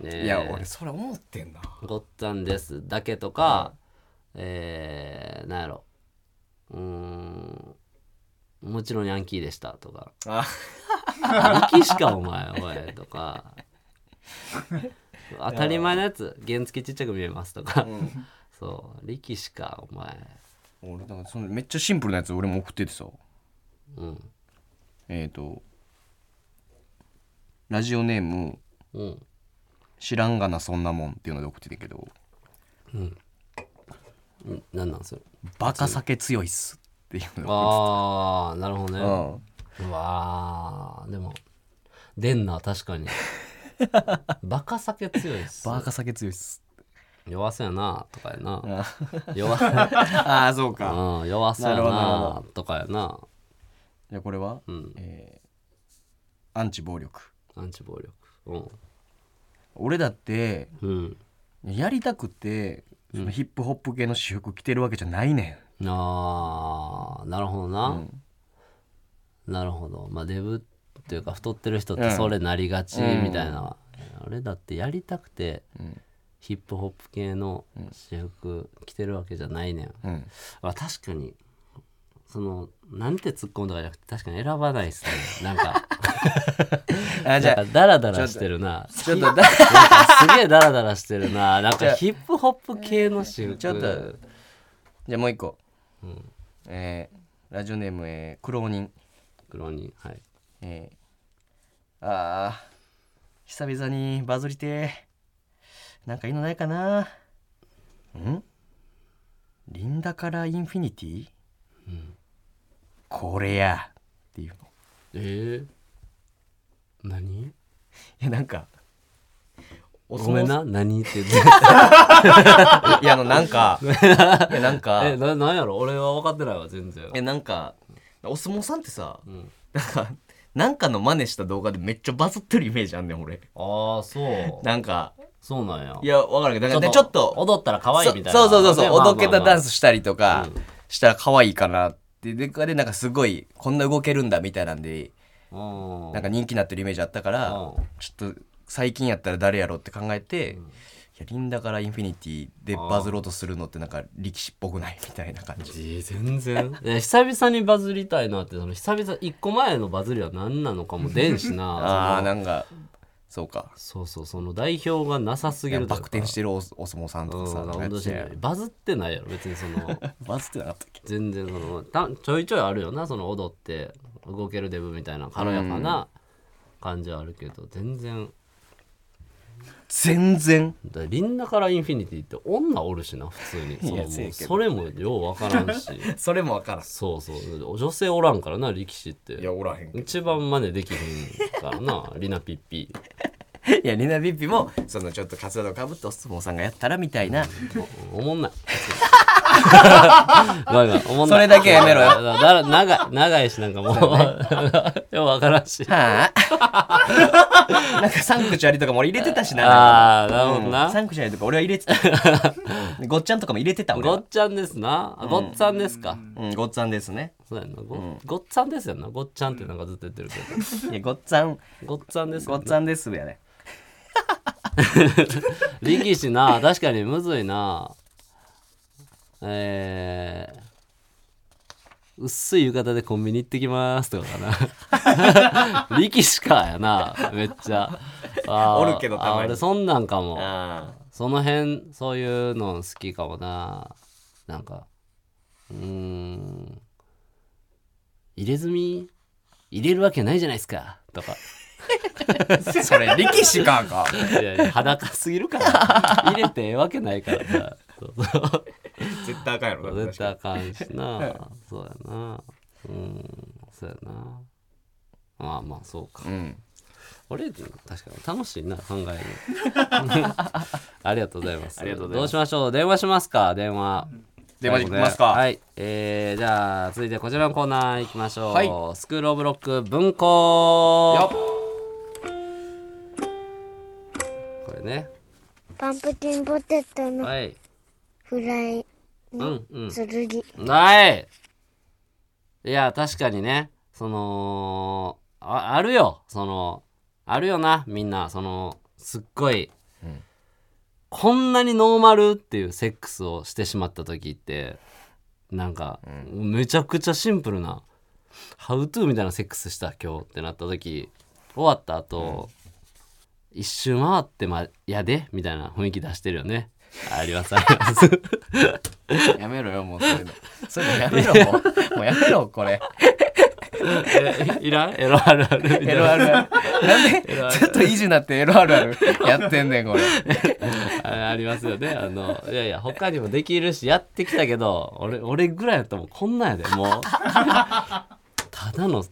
Speaker 1: ねえ
Speaker 2: いや俺それ思ってんな
Speaker 1: ごっつぁんです」だけとか、えー、なんやろうーんもちろんヤンキーでしたとか
Speaker 2: あ
Speaker 1: 「力士かお前おい」とか 当たり前のやつ原付ちっちゃく見えますとか、そう力士かお前
Speaker 2: 俺なんかそのめっちゃシンプルなやつ俺も送っててさ
Speaker 1: うん
Speaker 2: えっ、とラジオネーム
Speaker 1: うん
Speaker 2: 「知らんがなそんなもん」っていうので送っててんけど
Speaker 1: うんなんなんそれ
Speaker 2: 「バカ酒強いっす」っていうのを
Speaker 1: ああなるほどね、
Speaker 2: 送って
Speaker 1: うわーでも出んな 確かにバカ酒強いっす
Speaker 2: た、うん、バカ酒強いっす
Speaker 1: 弱そうやなとかや な
Speaker 2: あ
Speaker 1: 弱
Speaker 2: あーそうか
Speaker 1: うん弱そう
Speaker 2: なる
Speaker 1: や
Speaker 2: ほどなる
Speaker 1: なとかやな
Speaker 2: じゃあこれは、
Speaker 1: うん
Speaker 2: えーアンチ暴力
Speaker 1: アンチ暴力うん
Speaker 2: 俺だって
Speaker 1: うん
Speaker 2: やりたくてそのヒップホップ系の私服着てるわけじゃないね
Speaker 1: あーなるほど
Speaker 2: ん、
Speaker 1: な、
Speaker 2: うん
Speaker 1: なるほどまあデブっていうか太ってる人っ
Speaker 2: う
Speaker 1: て
Speaker 2: ん
Speaker 1: それなりがち
Speaker 2: うん
Speaker 1: みたいな、俺だってやりたくて
Speaker 2: うん
Speaker 1: ヒップホップ系の私服着てるわけじゃないねん
Speaker 2: うん、
Speaker 1: まあ、確かにそのなんて突っ込んだかじゃなくて確かに選ばないですねなんか
Speaker 2: あじゃ
Speaker 1: なんかダラダラしてるな
Speaker 2: ちょっとだ
Speaker 1: なんかすげえダラダラしてるななん
Speaker 2: じゃ
Speaker 1: か
Speaker 2: あ
Speaker 1: ヒップホップ系の私服
Speaker 2: ちょっとじゃあもう一個、えーラジオネーム、えー、苦労人、
Speaker 1: 黒にはい
Speaker 2: えー、あー久々にバズりてーなんかいいのないかなんリンダからインフィニティ、これやっていうの
Speaker 1: えー、何
Speaker 2: いやなんかお
Speaker 1: ごめんな何っ て言って
Speaker 2: いやあのなんかいやなんか
Speaker 1: えななんやろ俺は分かってないわ全然
Speaker 2: えなんかお相撲さんってさ、
Speaker 1: ん
Speaker 2: なんかなんかの真似した動画でめっちゃバズってるイメージあんねん俺
Speaker 1: ああそう
Speaker 2: なんか
Speaker 1: そうなんや
Speaker 2: いやわからんけどなんかねちょっと
Speaker 1: 踊ったら可愛いみたいな
Speaker 2: そそうそうそうそう、
Speaker 1: ねまあまあまあ
Speaker 2: おどけたダンスしたりとかしたら可愛いかなってででなんかすごいこんな動けるんだみたいなんで
Speaker 1: うん
Speaker 2: なんか人気になってるイメージあったから
Speaker 1: うん
Speaker 2: ちょっと最近やったら誰やろうって考えて、いやリンダからインフィニティでバズろうとするのってなんか力士っぽくないみたいな感じ
Speaker 1: えー全然 いや久々にバズりたいなってその久々一個前のバズりは何なのかも出んしな
Speaker 2: ああーなんかそうか
Speaker 1: そうそうそうその代表がなさすぎる
Speaker 2: バク転しててるおお相撲さんとかさ、なんかやってたやん
Speaker 1: バズってないやろ別に その
Speaker 2: バズってなかったっけ
Speaker 1: 全然そのたちょいちょいあるよなその踊って動けるデブみたいな軽やかな感じはあるけど全然
Speaker 2: 全然
Speaker 1: だリンダからインフィニティって女おるしな普通にその
Speaker 2: いや
Speaker 1: もう
Speaker 2: せやけど
Speaker 1: それもようわからん し
Speaker 2: それも分からん
Speaker 1: そうそう女性おらんからな力士って
Speaker 2: いやおらへんい
Speaker 1: 一番真似できへんからなリナピッピ
Speaker 2: やリナビッピもそのちょっとカツラをかぶってお相撲さんがやったらみたいな
Speaker 1: おおも んないごめんごめんおもんな
Speaker 2: そ
Speaker 1: い
Speaker 2: れだけやめろよ
Speaker 1: だだ長い長いしなんかもうようわからんし
Speaker 2: はあなんかサンクチュアリとかも俺入れてたしな
Speaker 1: ああなるほど
Speaker 2: うん
Speaker 1: な
Speaker 2: サンクチュアリとか俺は入れて たごっちゃんとかも入れてた俺
Speaker 1: ご
Speaker 2: は
Speaker 1: っちゃんですなあごっちゃんですか
Speaker 2: うん、ごっちゃんです ね
Speaker 1: そうやんなごごっちゃんですよなごっちゃんってなんかずっと言ってるけ
Speaker 2: いやごっちゃん
Speaker 1: どごっちゃんです
Speaker 2: ご
Speaker 1: よ
Speaker 2: っ
Speaker 1: な
Speaker 2: ちゃんですやね
Speaker 1: 力士な 確かにむずいなえー薄い浴衣でコンビニ行ってきますとかかな 力士かやなめっちゃあー
Speaker 2: おるけどたまに
Speaker 1: あー俺そんなんかも
Speaker 2: あ
Speaker 1: その辺そういうの好きかもななんかうーん入れ墨入れるわけないじゃないですかとか
Speaker 2: あ それ力士かんか
Speaker 1: いやいや裸すぎるから入れてええわけないからさそうそう
Speaker 2: 絶対あかんやろ
Speaker 1: 絶対あ かんしなそうやなうんそうやなまあまあそうか
Speaker 2: うん
Speaker 1: 俺確かに楽しいな考える ありがとうございます
Speaker 2: ありがとうございます
Speaker 1: どうしましょう電話しますか電話
Speaker 2: 電話しますか
Speaker 1: はいえー、じゃあ続いてこちらのコーナー行きましょう、
Speaker 2: はい
Speaker 1: スクールオブロック文庫
Speaker 2: よっ
Speaker 1: これね
Speaker 6: パンプキンポテトの
Speaker 1: はい
Speaker 6: フライ
Speaker 1: うんうん
Speaker 6: の剣。
Speaker 1: はい。いや、確かにね、そのあ、あるよ、その、あるよな、みんな、その、すっごい、こんなにノーマルっていうセックスをしてしまった時って、なんか、めちゃくちゃシンプルな、ハウトゥーみたいなセックスした今日ってなった時、終わった後、一周回ってま、やでみたいな雰囲気出してるよね。ありますあります。
Speaker 2: やめろよ、もうそういうの。そういうのやめろ、もう。もうやめろ、これ。
Speaker 1: えいらんエロあるあるみた
Speaker 2: エ
Speaker 1: い
Speaker 2: ロ
Speaker 1: な。
Speaker 2: あるある。なんで、ちょっと意地になってエロあるあるやってんねん、これ。
Speaker 1: あありますよね。あの、いやいや、他にもできるし、やってきたけど、俺、俺ぐらいやったらもうこんなんやで、 もう。ただの、そ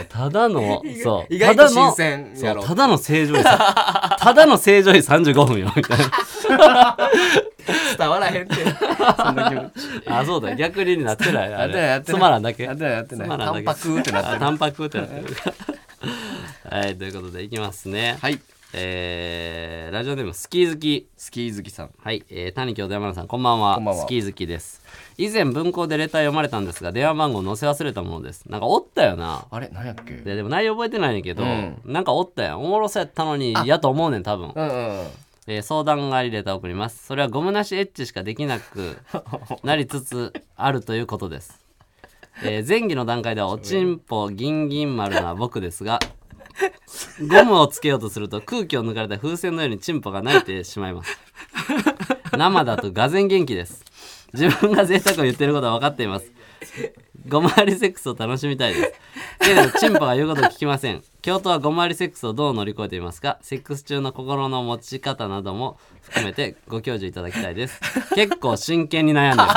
Speaker 1: うただの、そう、
Speaker 2: 意
Speaker 1: た
Speaker 2: 外と
Speaker 1: だ
Speaker 2: 新
Speaker 1: の、
Speaker 2: 鮮
Speaker 1: そ
Speaker 2: や
Speaker 1: う
Speaker 2: ろ。
Speaker 1: ただの正常位 さただの正常位35分よみたい
Speaker 2: 伝わらへんって。そんな気持ち。
Speaker 1: なあそうだ逆になってない
Speaker 2: や
Speaker 1: あ
Speaker 2: ってない、や
Speaker 1: れ
Speaker 2: って
Speaker 1: つ
Speaker 2: ない。
Speaker 1: まらんだけ
Speaker 2: やってない、やってない。
Speaker 1: つまら
Speaker 2: タ
Speaker 1: んだ
Speaker 2: ン
Speaker 1: け
Speaker 2: パクってな
Speaker 1: あ
Speaker 2: ってる。
Speaker 1: タンパクってなってるはいということでいきますね
Speaker 2: はい。
Speaker 1: えーラジオネームスキー好き
Speaker 2: スキー好きさん。
Speaker 1: はい、えー、谷京大丸さんこんばんは
Speaker 2: こんばんは
Speaker 1: スキー好きです以前文庫でレター読まれたんですが電話番号載せ忘れたものですなんかおったよな
Speaker 2: あれ、何やっけ
Speaker 1: ででも内容覚えてないねんけど、
Speaker 2: うん
Speaker 1: なんかおったやんおもろそうやったのにやと思うねん多分
Speaker 2: うんうん。
Speaker 1: えー相談がありレターを送りますそれはゴムなしエッチしかできなくなりつつあるということです、えー前期の段階ではおちんぽギンギン丸な僕ですがゴムをつけようとすると空気を抜かれた風船のようにチンポが泣いてしまいます生だとがぜん元気です自分が贅沢を言ってることは分かっていますゴマりセックスを楽しみたいですけれどチンポが言うことを聞きません教頭はゴマりセックスをどう乗り越えていますかセックス中の心の持ち方なども含めてご教授いただきたいです結構真剣に 悩んでます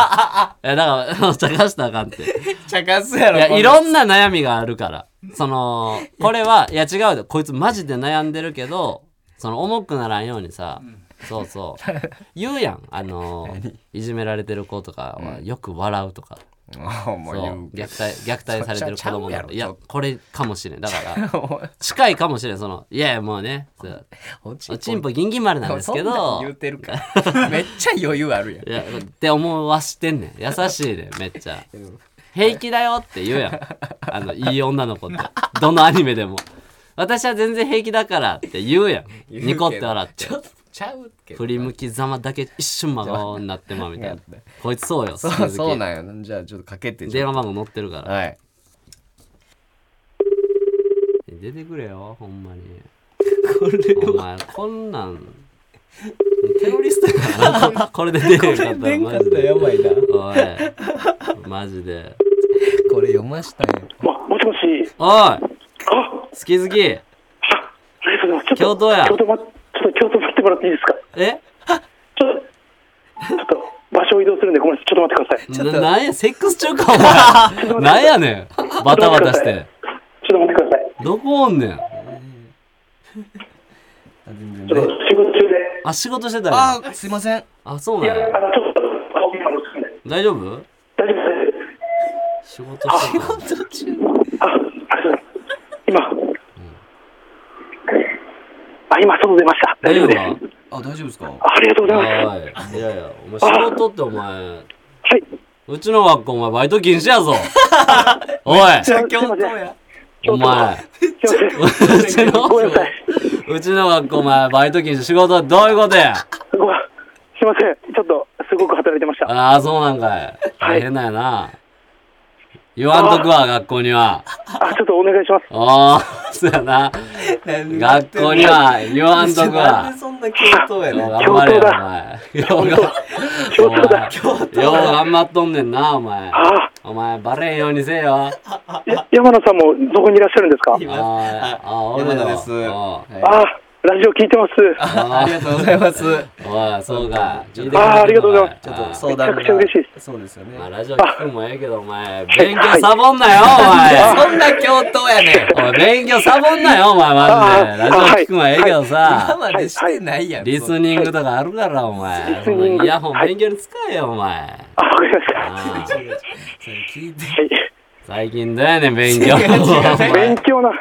Speaker 1: いやだから茶化したらあかんって
Speaker 2: 茶化すやろ。
Speaker 1: いや、い
Speaker 2: ん
Speaker 1: ろんな悩みがあるから。その、これは、いや違うで、こいつマジで悩んでるけど、その重くならんようにさ、そうそう。言うやん。あの、いじめられてる子とかはよく笑うとか。
Speaker 2: お前
Speaker 1: そう
Speaker 2: 言う
Speaker 1: 虐待、虐待されてる子
Speaker 2: ちゃ
Speaker 1: 供
Speaker 2: うや
Speaker 1: だ
Speaker 2: ろ
Speaker 1: いや
Speaker 2: ちょっ、
Speaker 1: これかもしれん。だから、
Speaker 2: お前
Speaker 1: 近いかもしれん。その、いやいや、もうね、そう
Speaker 2: おち
Speaker 1: おちんぽギンギン丸なんですけ
Speaker 2: そんな
Speaker 1: ど
Speaker 2: ん、言うてる から。めっちゃ余裕あるやん。
Speaker 1: いや、って思わしてんねん。優しいねん、めっちゃ。平気だよって言うやん。あの、いい女の子って。どのアニメでも。私は全然平気だからって言うやん。
Speaker 2: 言うけど
Speaker 1: ニコって笑って。
Speaker 2: ちゃうけど。
Speaker 1: 振り向きざまだけ一瞬真顔になってまうみたいな
Speaker 2: ちょっ。
Speaker 1: こいつそうよ、
Speaker 2: そう、
Speaker 1: 鈴木
Speaker 2: そうなんやな。じゃあちょっとかけて。
Speaker 1: 電話番号載ってるから。
Speaker 2: はい。
Speaker 1: 出てくれよ、ほんまに。これお前、こんなん。 テロリストやからなこれで 出へんかったらマジで。やばいな。おい。マジで。
Speaker 2: これ読ましたよ。
Speaker 7: ももしもし。
Speaker 1: おい
Speaker 7: あ、
Speaker 1: 好き好き
Speaker 7: あ、ありがとうございます。ちょっと
Speaker 1: 京都や
Speaker 7: 京都ま、ちょっと京都来てもらっていいですか。
Speaker 1: え
Speaker 7: ちょっと、ちょっと場所を移動するんで、ごめんなさい。ちょっと待ってください。
Speaker 1: ななんやセックス中か お前なんやねんバタバタして
Speaker 7: ちょっと待ってください。
Speaker 1: どこおんねん
Speaker 7: ちょっと仕事中で。
Speaker 1: あ仕事してたんや
Speaker 2: あー、すいません。
Speaker 1: あそう
Speaker 7: い
Speaker 1: なん
Speaker 7: や、
Speaker 1: や
Speaker 7: あの、ちょっと、あ、今のすんで。
Speaker 1: 大丈夫
Speaker 7: 大丈夫です。
Speaker 1: 仕事してた
Speaker 7: あ、ありがとうございます。今。あ、今、外出ました。
Speaker 1: 大
Speaker 7: 大
Speaker 1: 丈
Speaker 7: 丈
Speaker 1: 夫
Speaker 7: 夫です。
Speaker 1: か
Speaker 2: あ、大丈夫ですか
Speaker 7: あありがとうございます。は
Speaker 1: おいいやいやお前仕事ってお前
Speaker 7: い。
Speaker 1: うちの学校お前バイト禁止や ぞおい
Speaker 7: じゃあ、京都や。
Speaker 1: お前
Speaker 7: すいません。
Speaker 1: うちの
Speaker 7: ごめんなさい。
Speaker 1: うちの学校お前バイト禁止仕事はどういうことや
Speaker 7: ごめん。すいません。ちょっと、すごく働いてました。
Speaker 1: ああそうなんかい大変なんやな言わんとくわ学校には
Speaker 7: あ、ちょっとお願いします。
Speaker 1: おー、そうやな。学校には言わんとく
Speaker 2: な
Speaker 1: わ
Speaker 2: んで。そんな教頭やねん。
Speaker 1: よう頑張れよ、お前。ようが
Speaker 7: 京都だ。
Speaker 1: お前よう頑張っとんねんな、お前。
Speaker 7: あ
Speaker 1: お前、バレんようにせえよ。
Speaker 7: あ、や山野さんもどこにいらっしゃるんですか
Speaker 1: おいあ、おるよ
Speaker 2: 山田です
Speaker 1: おい
Speaker 7: ああ、ラジオ聞いてます。
Speaker 2: ありがとうございます。
Speaker 1: おい、そうか。聞いてくれてんの
Speaker 7: あーありがとうございます
Speaker 2: ちょっと
Speaker 1: おい
Speaker 2: 相談が。
Speaker 7: めちゃくちゃ嬉しいで
Speaker 2: そうですよね
Speaker 1: ま。あ、ラジオ聞くんもええけど、お前、勉強サボんなよ、お前。
Speaker 2: そんな教頭やねん。
Speaker 1: おい、勉強サボんなよ、お前、マジで。ラ
Speaker 7: あ
Speaker 1: ジ
Speaker 7: ー
Speaker 1: オ聞くんもええけどさ
Speaker 2: 今。までしてないやん。
Speaker 1: リスニングとかあるから、お前。そのイヤホン勉強に使えよ、お前。
Speaker 7: あ、わかりました。は
Speaker 1: ああ
Speaker 2: それ聞いて。
Speaker 7: い。
Speaker 1: 最近だよねん、勉強。
Speaker 7: 勉強な。
Speaker 1: い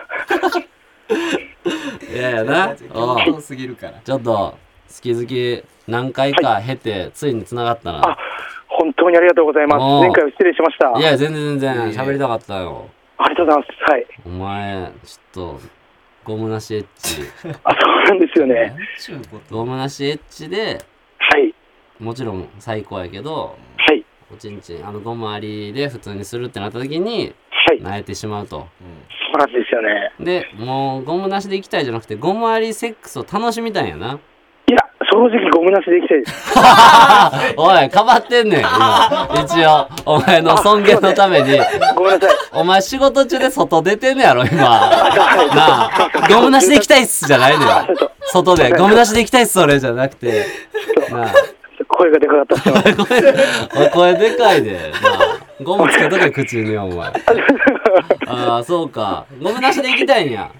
Speaker 1: やいやな。お
Speaker 2: 教頭
Speaker 1: う
Speaker 2: すぎるから。
Speaker 1: ちょっと、好き好き何回か経て、ついに繋がったな
Speaker 7: あ。、本当にありがとうございます。
Speaker 1: おー
Speaker 7: 前回は失礼しました。あ
Speaker 1: い
Speaker 7: り
Speaker 1: や、全然全然、喋りたかったよ。
Speaker 7: がとうございます。はい。
Speaker 1: お前、ちょっと、ゴムなしエッチ。
Speaker 7: あ、そうなんですよね。
Speaker 2: ちゅうこと。
Speaker 1: ゴムなしエッチで、
Speaker 7: はい。
Speaker 1: もちろん最高やけど、
Speaker 7: はい。
Speaker 1: おちんちん、あのゴムありで普通にするってなった時に、
Speaker 7: はい。
Speaker 1: 泣いてしまうと。
Speaker 7: そうなんですよね。
Speaker 1: で、もうゴムなしで行きたいじゃなくて、ゴムありセックスを楽しみたいんやな。
Speaker 7: いや、正直ゴムなしで行きたいです。
Speaker 1: おい、かばってんねん、今。一応、お前の尊厳のために。
Speaker 7: ごめんなさい。
Speaker 1: お前仕事中で外出てんねやろ、今。なあ、ゴムなしで行きたいっすじゃないのよ。外で、ゴムなしで行きたいっす、それじゃなくて。なあ、
Speaker 7: 声がでかかったっすよ。
Speaker 1: お 声でかいで。なあ、ゴムつけとけ、口に、お前。ああ、そうか。ゴムなしで行きたいんや。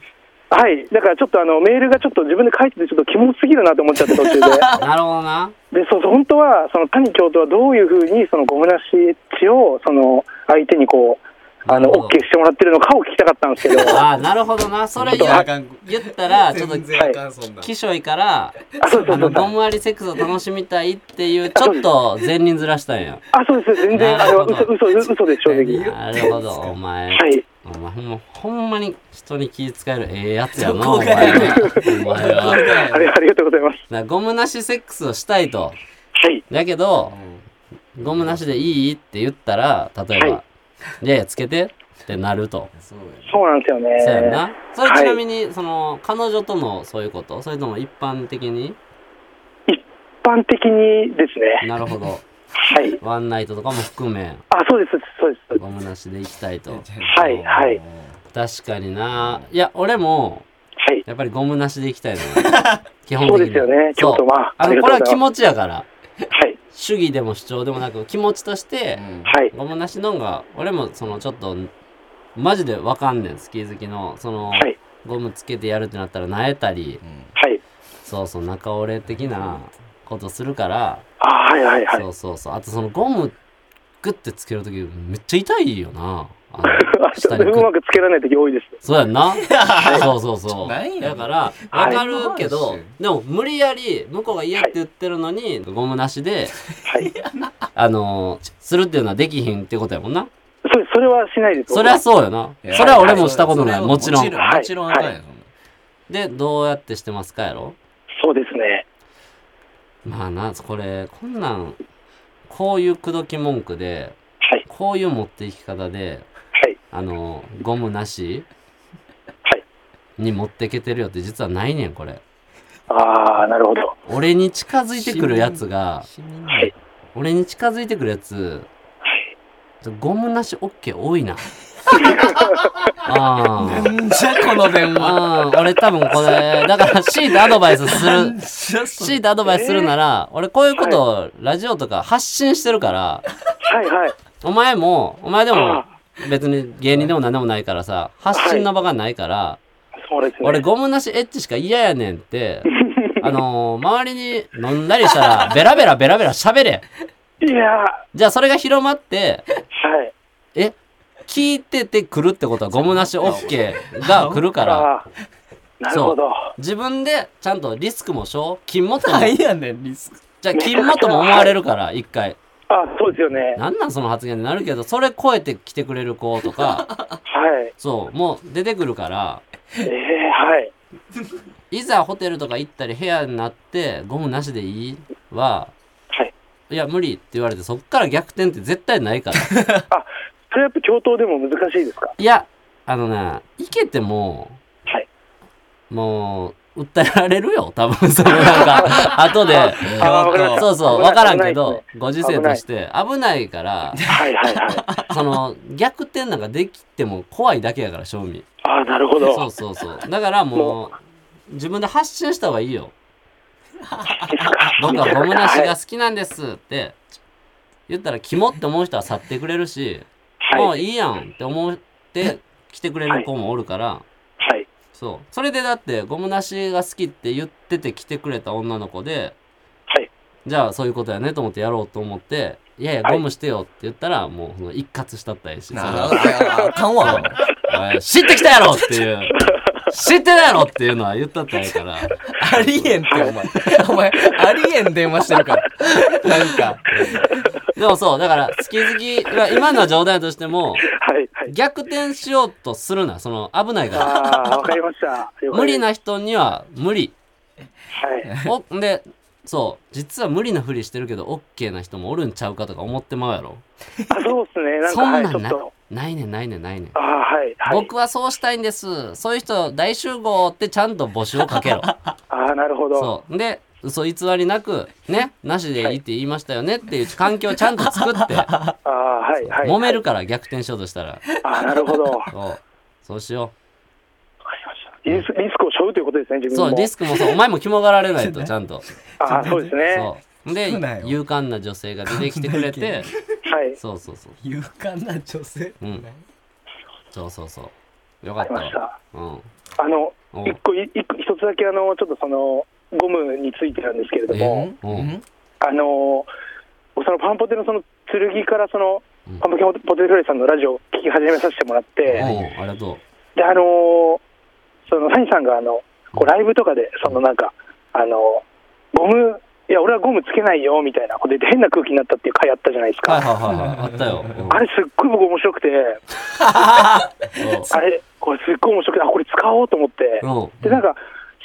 Speaker 7: はい。だからちょっとあの、メールがちょっと自分で書いててちょっとキモすぎるなと思っちゃって途中で。
Speaker 1: なるほどな。
Speaker 7: で、そうそう、本当は、その谷教頭はどういうふうに、そのゴムなしエッチを、その、相手にこう、あの、
Speaker 1: なるほど
Speaker 7: OK してもらってるのかを聞きたかったんですけど。
Speaker 1: ああ、なるほどな。それ言
Speaker 7: は
Speaker 1: う言ったら、ちょっと、
Speaker 7: はい。
Speaker 1: きしょいから、
Speaker 7: あ、そう
Speaker 1: あ
Speaker 7: です、そ
Speaker 1: の、
Speaker 7: うです
Speaker 1: ゴ。ムありセックスを楽しみたいっていう、ちょっと前輪ずらしたんや。
Speaker 7: あ、そうです。全然、
Speaker 1: な
Speaker 7: あ
Speaker 1: る
Speaker 7: れ
Speaker 1: ほ
Speaker 7: は
Speaker 1: ど
Speaker 7: 嘘、嘘、嘘です、正直。
Speaker 1: なるほど、お前。
Speaker 7: はい。
Speaker 1: お前ほんま、ほんまに人に気遣えるええやつやな、お前は。お前は。
Speaker 7: あれ、ありがとうございます。
Speaker 1: なゴムなしセックスをしたいと。
Speaker 7: はい。
Speaker 1: だけど、ゴムなしでいいって言ったら、例えば、、
Speaker 7: はい
Speaker 1: やいや、つけてってなると。
Speaker 7: そうなんですよね。
Speaker 1: そうやんな。それ
Speaker 7: はい
Speaker 1: ちなみに、その、彼女とのそういうことそれとも一般的に
Speaker 7: 一般的にですね。
Speaker 1: なるほ ど。
Speaker 7: はい。
Speaker 1: ワンナイトとかも含め、
Speaker 7: あ、そうです、そうです。そうです
Speaker 1: ゴムなしで行きたいと。
Speaker 7: はい、はい。
Speaker 1: 確かにな。いや、俺も、
Speaker 7: はい。
Speaker 1: やっぱりゴムなしで行き たいな。基本的に
Speaker 7: そうですよね、
Speaker 1: そ
Speaker 7: 京
Speaker 1: う
Speaker 7: 都は。
Speaker 1: あ
Speaker 7: り
Speaker 1: の、
Speaker 7: が
Speaker 1: ことれは
Speaker 7: うござ
Speaker 1: 気
Speaker 7: いま
Speaker 1: 持ちやから。
Speaker 7: すはい。
Speaker 1: 主義でも主張でもなく、気持ちとして、
Speaker 7: はい。
Speaker 1: ゴムなしのんが、俺もそのちょっと、マジでわかんねん、スキー好きの。その、
Speaker 7: はい。
Speaker 1: ゴムつけてやるってなったら、なえたり、
Speaker 7: はい。
Speaker 1: そうそう、中折れ的なことするから、
Speaker 7: あ、はい、はい、はい
Speaker 1: そ。うそうそう。あとそのゴム、グッてつけるとき、めっちゃ痛いよな。 あの下にグ
Speaker 7: う
Speaker 1: ッ
Speaker 7: まくつけられない時多いです。
Speaker 1: そうやんな。 そうそうそう。
Speaker 4: なんや
Speaker 1: だから、わかるけど、でも無理やり、向こうが嫌って言ってるのに、ゴムなしで、
Speaker 7: はい。
Speaker 1: あのー、するっていうのはできひんってことやもんな。
Speaker 7: そうです。それはしないです。
Speaker 1: そりゃそうやな。それは俺もしたことない。もちろん。
Speaker 7: はい
Speaker 4: もちろんあかんやん。
Speaker 1: で、どうやってしてますかやろ
Speaker 7: そうですね。
Speaker 1: まあな、これ、こんなん、こういう口説き文句で、
Speaker 7: はい。
Speaker 1: こういう持っていき方で、
Speaker 7: はい。
Speaker 1: あのー、ゴムなし
Speaker 7: はい
Speaker 1: に持ってけてるよって実はないねん、これ。
Speaker 7: ああ、なるほど。
Speaker 1: 俺に近づいてくるやつが、
Speaker 7: はい。
Speaker 1: 俺に近づいてくるやつ、ゴムなし OK 多いな。あー
Speaker 4: なんじゃこの電話。
Speaker 1: うん、俺多分これ、だから、強いてアドバイスす
Speaker 4: なん
Speaker 1: る、
Speaker 4: じゃそ
Speaker 1: 強いてアドバイスするなら、俺こういうことをラジオとか発信してるから、
Speaker 7: はい、はい。
Speaker 1: お前も、お前でも
Speaker 7: あ、
Speaker 1: 別に芸人でも何でもないからさ、発信の場がないから、
Speaker 7: そうですね。
Speaker 1: 俺ゴムなしエッチしか嫌やねん って、あのー周りに飲んだりした ら、ベラベラベラベラ喋れ。
Speaker 7: いやー、
Speaker 1: じゃあそれが広まって、
Speaker 7: はい。
Speaker 1: え聞いてて来るってことはゴムなし OK が来るから、
Speaker 7: ああー、なるほど。
Speaker 1: 自分でちゃんとリスクもしょう、金もと
Speaker 4: な
Speaker 1: も
Speaker 4: んやねん、リスク。
Speaker 1: じゃあ、金もとも思われるから、一回。
Speaker 7: あそうですよね。
Speaker 1: なんなんその発言になるけど、それ超えて来てくれる子と か、
Speaker 7: はい。
Speaker 1: そう、もう出てくるから、
Speaker 7: ええはい。
Speaker 1: いざホテルとか行ったり部屋になって、ゴムなしでいいは、
Speaker 7: はい。
Speaker 1: いや、無理って言われて、そっから逆転って絶対ないから。
Speaker 7: それやっぱ教頭でも難しいですか
Speaker 1: いや、あのね、行けても、
Speaker 7: はい。
Speaker 1: もう、訴えられるよ、多分、そのなん か、後で。
Speaker 7: あーわかりました
Speaker 1: そうそう、
Speaker 7: 危ない
Speaker 1: わからんけ
Speaker 7: 危ない
Speaker 1: ど
Speaker 7: で、
Speaker 1: ご時世として、危ないから、
Speaker 7: はいはいはい。
Speaker 1: その、逆転なんかできても怖いだけやから、正味。
Speaker 7: ああ、なるほど。
Speaker 1: そうそうそう。だからもう、自分で発信した方がいいよ。僕はゴムなしが好きなんですって言ったら、キモって思う人は去ってくれるし、も
Speaker 7: は
Speaker 1: う
Speaker 7: い。
Speaker 1: いいやんって思って来てくれる子もおるから、
Speaker 7: はい。
Speaker 1: そう。それでだって、ゴムなしが好きって言ってて来てくれた女の子で、
Speaker 7: はい。
Speaker 1: じゃあそういうことやねと思ってやろうと思って、いやいや、
Speaker 7: はい
Speaker 1: ゴムしてよって言ったら、もうその一括したったりし、その
Speaker 4: あかんわ。
Speaker 1: おい知ってきたやろっていう。知ってたやろっていうのは言ったってないから。
Speaker 4: ありえんって、お前。お前、ありえん電話してるから。なんか。
Speaker 1: でもそう、だから、好き好き、まあ今のは冗談としても、
Speaker 7: はい。はい。
Speaker 1: 逆転しようとするな。その、危ないから。
Speaker 7: ああ、わかりました。
Speaker 1: 無理
Speaker 7: な。
Speaker 1: な人には無理。
Speaker 7: はい。
Speaker 1: お、んで、そう、実は無理なふりしてるけど、オッケーな人もおるんちゃうかとか思ってまうやろ。
Speaker 7: あ、そうですね。なんか、
Speaker 1: そん
Speaker 7: は、
Speaker 1: ない
Speaker 7: ちょ
Speaker 1: ん
Speaker 7: っ
Speaker 1: な
Speaker 7: と。、
Speaker 1: ないねんないねんないねん
Speaker 7: あ。あ、はい。はい。
Speaker 1: 僕はそうしたいん です。そういう人大集合ってちゃんと募集をかけろ。
Speaker 7: ああ、なるほど。
Speaker 1: そう。で、嘘偽りなく、ね、なしでいいって言いましたよねっていう環境をちゃんと作って、
Speaker 7: ああ、はい、はい。
Speaker 1: 揉めるから逆転しようとしたら。
Speaker 7: ああ、なるほど。わか
Speaker 1: そう。そうしよ
Speaker 7: りましたリスリスクを背負うということですね、
Speaker 1: う。
Speaker 7: 自
Speaker 1: そ
Speaker 7: 分
Speaker 1: う、
Speaker 7: も。
Speaker 1: リスクもそう、お前も肝がられないと、ちゃんと。
Speaker 7: ああ、そうですね。は
Speaker 1: そう。で
Speaker 4: 聞くな、よ
Speaker 1: 勇敢な女性が出てきてくれて、
Speaker 7: い。
Speaker 1: そうそうそう。
Speaker 4: 勇敢な女性
Speaker 1: うん。そうそうそう。よか
Speaker 7: わ
Speaker 1: っ
Speaker 7: か
Speaker 1: た
Speaker 7: りまし
Speaker 1: わ。
Speaker 7: た。
Speaker 1: うん。
Speaker 7: あの
Speaker 1: お、
Speaker 7: 一個、い一個一つだけ、あの、ちょっとその、ゴムについてなんですけれども、
Speaker 1: うんうん。
Speaker 7: あの、そのパンポテのその、剣からその
Speaker 1: うん、
Speaker 7: パンポテポテフライさんのラジオを聞き始めさせてもらって、
Speaker 1: おうありがと
Speaker 7: で、あのーその、サニさんが、あの、こうライブとかで、そのなんか、あのゴム、いや、俺はゴムつけないよ、みたいなこと言って変な空気になったっていう回あったじゃないです
Speaker 1: う。はい
Speaker 7: か。
Speaker 1: はいはいはい。あったよ。うん
Speaker 7: あれすっごい僕面白くて、あれ、これすっごい面白くて、あ、これ使おうと思って、
Speaker 1: うん。
Speaker 7: で、なんか、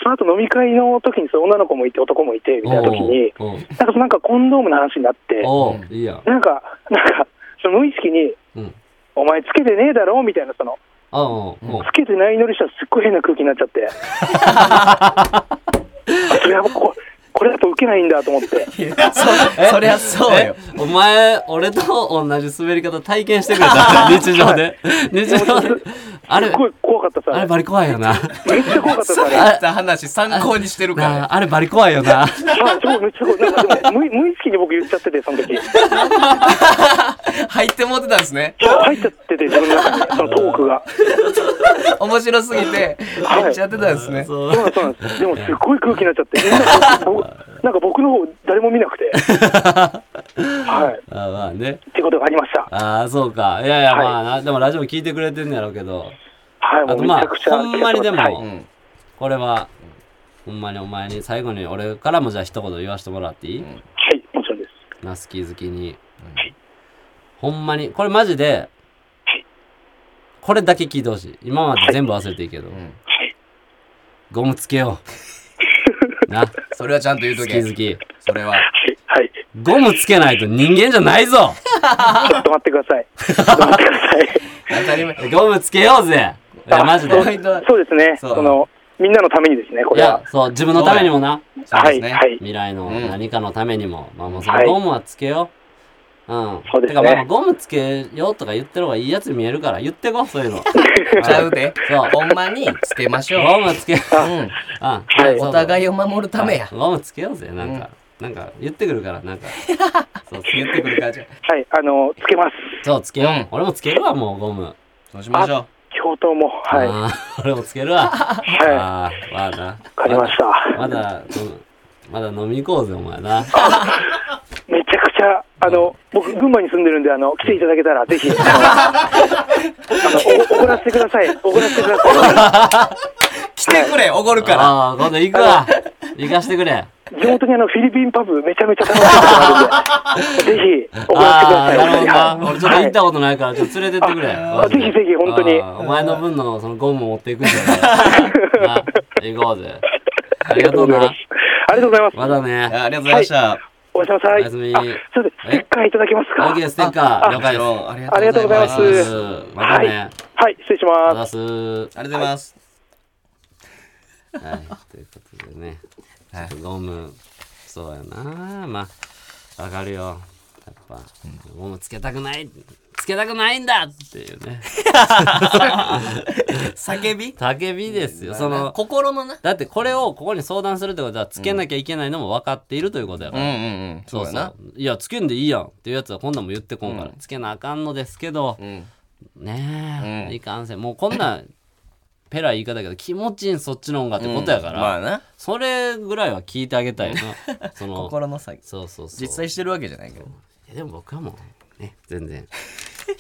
Speaker 7: その後飲み会の時にその女の子もいて男もいて、みたいな時に、
Speaker 1: おう
Speaker 7: なんかそのなんかコンドームの話になって、
Speaker 1: おういいやん。
Speaker 7: なんか、なんか、その無意識に、
Speaker 1: うん。
Speaker 7: お前つけてねえだろみたいな、その、
Speaker 1: あうんうん。
Speaker 7: つけてないのにしたらすっごい変な空気になっちゃって。あそれやばここれだと受けないんだと思って。
Speaker 4: そそりゃそうよ
Speaker 1: お前、俺と同じ滑り方体験してくれた。日常で。日常で。あれ
Speaker 7: す、ごい怖かった
Speaker 1: あれ
Speaker 7: さ。
Speaker 1: バリ怖いよな。
Speaker 7: めっちゃ 怖かったさ、あれ。
Speaker 4: あった話参考にしてるから
Speaker 1: なああれバリ怖いよな。
Speaker 7: あ、超めっちゃ怖い。なんかでも無無意識に僕言っちゃってて、その時。
Speaker 4: 入ってもってたんですね
Speaker 7: 入っちゃってて、自分の中に、そのトークが。
Speaker 4: 面白すぎて
Speaker 7: はい
Speaker 4: 入っちゃってたんですね
Speaker 1: そう
Speaker 7: そうなんですそうなんです。でもすっごい空気になっちゃって、みんな僕僕なんか僕の方誰も見なくて。はい。
Speaker 1: あまあね。
Speaker 7: ってことがありました。
Speaker 1: ああ、そうか。いやいや、
Speaker 7: はい
Speaker 1: まあな、でもラジオ聞いてくれてんやろうけど。
Speaker 7: はい、も
Speaker 1: あ
Speaker 7: う
Speaker 1: と
Speaker 7: め
Speaker 1: ま
Speaker 7: ちゃ
Speaker 1: あ
Speaker 7: くち、ゃ。
Speaker 1: ほんまにで
Speaker 7: はい
Speaker 1: も、これは、ほんまにお前に最後に俺からもじゃあ一言言わせてもらっていい
Speaker 7: はい、もちろんです。
Speaker 1: ナスキー好きに
Speaker 7: はい。
Speaker 1: ほんまに、これマジで
Speaker 7: はい、
Speaker 1: これだけ聞いてほしい。今まで全部忘れていいけど。
Speaker 7: はい。
Speaker 1: ゴムつけよ う。な、好
Speaker 4: それはちゃんと言うと
Speaker 1: き好
Speaker 4: け
Speaker 1: き。
Speaker 4: それは
Speaker 7: はい。はい。
Speaker 1: ゴムつけないと人間じゃないぞ
Speaker 7: ちょっと待ってください。ちょっと待ってください。
Speaker 4: 当たり前
Speaker 1: ゴムつけようぜいや、 マジ
Speaker 7: そう
Speaker 1: で。
Speaker 7: そうですね。
Speaker 4: そう
Speaker 7: その、みんなのためにですね、こ
Speaker 1: い
Speaker 7: れ
Speaker 1: や。、
Speaker 7: は
Speaker 1: そう、自分のためにもな。
Speaker 4: そう
Speaker 7: は
Speaker 4: です
Speaker 7: い、
Speaker 4: ね
Speaker 7: はい。
Speaker 1: 未来の
Speaker 4: うん
Speaker 1: 何かのためにも、まあもうそ
Speaker 7: は
Speaker 1: の
Speaker 7: い
Speaker 1: ゴムはつけよう。うん。
Speaker 7: そうで
Speaker 1: て
Speaker 7: すね
Speaker 1: かまあまあゴムつけようとか言ってる方がいいやつに見えるから、言ってこ、 そういうの。
Speaker 4: ちゃうで
Speaker 1: そう
Speaker 4: ほんまにつけましょう
Speaker 1: ゴムつけ、うん。
Speaker 4: うん
Speaker 1: あ
Speaker 7: はい
Speaker 1: そう
Speaker 4: お互いを守るためや
Speaker 1: ゴムつけようぜ、なんか。なんか、言ってくるから、なんか。そう、つけ
Speaker 4: 言ってくるからじゃあ
Speaker 7: はい、あの、つけます。
Speaker 1: そう、つけよう。
Speaker 4: うん
Speaker 1: 俺もつけるわ、もう、ゴム。
Speaker 4: そうしましょう
Speaker 7: 教頭も。はい。
Speaker 1: あー俺もつけるわ。
Speaker 7: はい。わ
Speaker 1: ああ、まあな。わ
Speaker 7: かりました。
Speaker 1: まだ、うんまだ飲み行こうぜ、お前な。
Speaker 7: めちゃくちゃ、あの、僕、群馬に住んでるんで、あの、来ていただけたら、ぜひ、 あの、おおごらせてください。おごらせてくださ
Speaker 4: 来てくれおごるから
Speaker 1: ああ、今度行くわ。行かしてくれ。
Speaker 7: い。地元にあの、フィリピンパブ、めちゃめちゃ楽しいとこがあるんで、ぜひ、おごらせてく
Speaker 1: あ
Speaker 7: ださ
Speaker 1: あ、
Speaker 7: い。
Speaker 1: なるほどな。俺ちょっと
Speaker 7: は
Speaker 1: 行っ
Speaker 7: い
Speaker 1: たことないから、ちょっと連れてってくれ。
Speaker 7: あぜひぜひ本当に
Speaker 1: あーお前の分のそのゴム持っていくんだよ。な行こうぜ。ありがとうな。
Speaker 7: ありがとうございます。
Speaker 1: まだね。
Speaker 4: あありがとうございました、
Speaker 7: おやすみなさい。
Speaker 1: おやすみ
Speaker 7: あ、すいません。ステッカーいただけます
Speaker 1: オ
Speaker 7: か
Speaker 1: ーケー、ステッカー、了
Speaker 4: もち
Speaker 1: 解で
Speaker 4: ろ
Speaker 1: す。
Speaker 4: んあり
Speaker 7: ありがとうございます
Speaker 1: ありがとうございますまたね。
Speaker 7: はい、失礼し
Speaker 1: ま
Speaker 7: ます。
Speaker 1: た
Speaker 4: あ
Speaker 1: す。
Speaker 4: りがとうございます、
Speaker 1: はい、ということでね。ちょっとゴム、そうやな。まあ、わかるよ。やっぱ、ゴムつけたくない、つけたくないんだっていうね。
Speaker 4: 叫び
Speaker 1: 叫びですよ。その、
Speaker 4: 心のな
Speaker 1: だってこれをここに相談するってことはつけなきゃいけないのも分かっているということやか
Speaker 4: うん
Speaker 1: ら、
Speaker 4: うんうんそうやな
Speaker 1: ういやつけんでいいやんっていうやつはこんなんも言ってこんから、つけなあかんのですけど、
Speaker 4: うん
Speaker 1: ねえ、
Speaker 4: うん
Speaker 1: いかんせんもうこんなんペラ言い方やけど気持ちいいんそっちの方がってことやから、
Speaker 4: まあな
Speaker 1: それぐらいは聞いてあ げたいなその
Speaker 4: 心の叫び
Speaker 1: そうそうそう
Speaker 4: 実際してるわけじゃないけど
Speaker 1: いやでも僕はもうね全然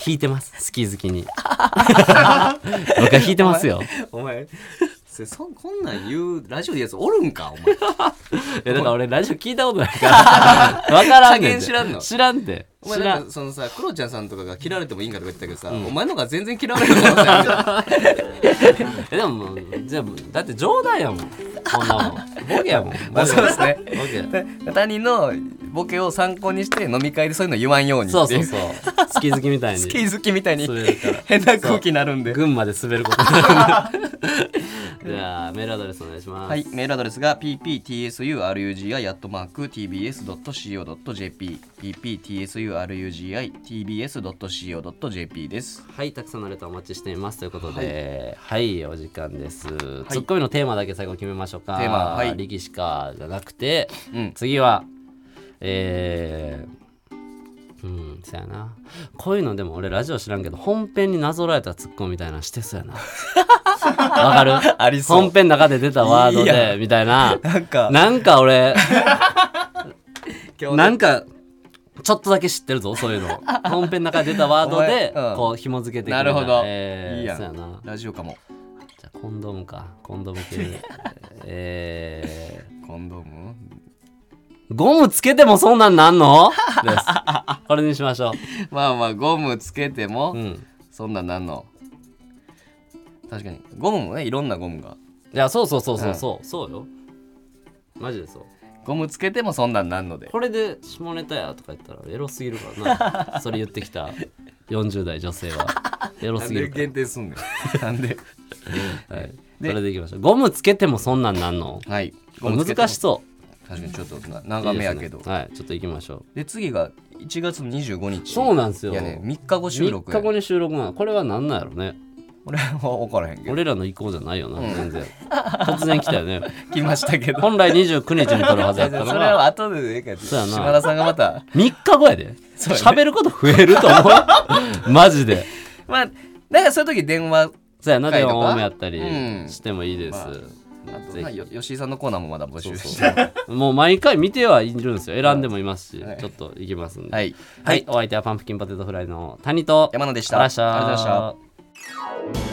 Speaker 1: 弾いてます好き好きに 僕は弾いてますよ
Speaker 4: お前 せそんこんなん言うラジオでやつおるんかお前
Speaker 1: いやだから俺ラジオ聞いたことな いから。わからんね
Speaker 4: 加減
Speaker 1: んて。
Speaker 4: 知らんの
Speaker 1: 知らんて。
Speaker 4: お前
Speaker 1: 知
Speaker 4: な
Speaker 1: ら
Speaker 4: ん
Speaker 1: ん
Speaker 4: か。そのさクロちゃんさんとかが嫌われてもいいんかとか言ってたけどさ、お前の方が全然嫌われる可能性あるから
Speaker 1: え、でももう、全部、だって冗談やもん。こんなもん。ボケやもん。
Speaker 4: まあそうですね
Speaker 1: ボケ。
Speaker 4: 他人のボケを参考にして飲み会でそういうの言わんように
Speaker 1: そう
Speaker 4: ってい
Speaker 1: そううそう。好き好きみたいに。
Speaker 4: 好き好きみたいに
Speaker 1: 滑るから
Speaker 4: 変な空気になるんで
Speaker 1: 群馬で滑ることになるんで。 じゃあメールアドレスお願いします、
Speaker 2: はい、メールアドレスが pptsurugi やっとマーク tbs.co.jp pptsurugi tbs.co.jp です。
Speaker 1: はい、たくさんのレターお待ちしていますということで、はい、お時間です、ツッコミのテーマだけ最後決めましょうか。
Speaker 2: テーマはい
Speaker 1: 力士かじゃなくて、
Speaker 2: うん
Speaker 1: 次は、えー、うん、そやな。こういうのでも俺ラジオ知らんけど、本編になぞらえたツッコミみたいなのしてそうやな。 わかる
Speaker 2: ありそう
Speaker 1: 本編の中で出たワード
Speaker 2: いいや
Speaker 1: で、みたいな。
Speaker 2: なんか、
Speaker 1: なんか俺、
Speaker 2: 今日ね
Speaker 1: なんか、ちょっとだけ知ってるぞ、そういうの。本編の中で出たワードで、
Speaker 2: お前うん
Speaker 1: こう、紐付けていくみた
Speaker 2: ない
Speaker 1: な
Speaker 2: るほど。
Speaker 1: えー
Speaker 2: いいや
Speaker 1: そうやな
Speaker 2: な。。ラジオかも。
Speaker 1: じゃあコンドームか。コンドーム系。 え
Speaker 2: コンドーム
Speaker 1: ー、ゴムつけてもそんなんなんのです。これにしましょ
Speaker 2: まあまあ、ゴムつけても、
Speaker 1: う。うん。
Speaker 2: そんなんなんの。確かに。ゴムもね、いろんなゴムが。
Speaker 1: いや、そうそうそうそうそう。そうよ。マジでそう。
Speaker 2: ゴムつけてもそんなんなんので。
Speaker 1: これで下ネタやとか言ったらエロすぎるから な。それ言ってきた40代女性は。エロ
Speaker 2: なん
Speaker 1: すぎ
Speaker 2: で
Speaker 1: るから
Speaker 2: 限。定すんね ん。なんで。
Speaker 1: はい、そ
Speaker 2: で
Speaker 1: れでいきましょう。ゴムつけてもそんなんなんの
Speaker 2: はい。
Speaker 1: これ難し
Speaker 2: い。
Speaker 1: そ
Speaker 2: 確かにちょっとな
Speaker 1: う。
Speaker 2: 長めやけ
Speaker 1: い
Speaker 2: ど
Speaker 1: いで。すねはい、ちょっと行きましょう。
Speaker 2: で次が1月の25日
Speaker 1: そうなんですよ。
Speaker 2: いやね3日後収録
Speaker 1: 3
Speaker 2: や
Speaker 1: 日後に収録なの。これは何なんやろね。
Speaker 2: 俺は分からへんけど
Speaker 1: 俺らの意向じゃないよな、全然。突然来たよね。
Speaker 2: 来ました けど
Speaker 1: 本来29日に撮るはずや
Speaker 2: そ
Speaker 1: っ
Speaker 2: れ
Speaker 1: たの
Speaker 2: は
Speaker 1: が、
Speaker 2: 後でええかって
Speaker 1: そうやな
Speaker 2: 島田さんがまた
Speaker 1: 3日後やで。
Speaker 2: そうや
Speaker 1: 喋ること増えると思う マジで。
Speaker 2: まあなんかそういう時電話
Speaker 1: そうやな、
Speaker 2: 回
Speaker 1: で
Speaker 2: とか
Speaker 1: も多めやったり
Speaker 2: うん
Speaker 1: してもいいです。
Speaker 2: まああと
Speaker 1: ぜ
Speaker 2: な
Speaker 1: ひ
Speaker 2: よ吉井さんのコーナーもまだ募集して
Speaker 1: そうそうそうもう毎回見てはいるんですよ。選んでもいますし、
Speaker 2: はい
Speaker 1: ちょっといきますん で。。
Speaker 2: はいい
Speaker 1: はい、お相手はパンプキンポテトフライの谷と
Speaker 2: 山野でした
Speaker 1: ありがとうございま
Speaker 2: ありがとうございま
Speaker 1: し
Speaker 2: したた。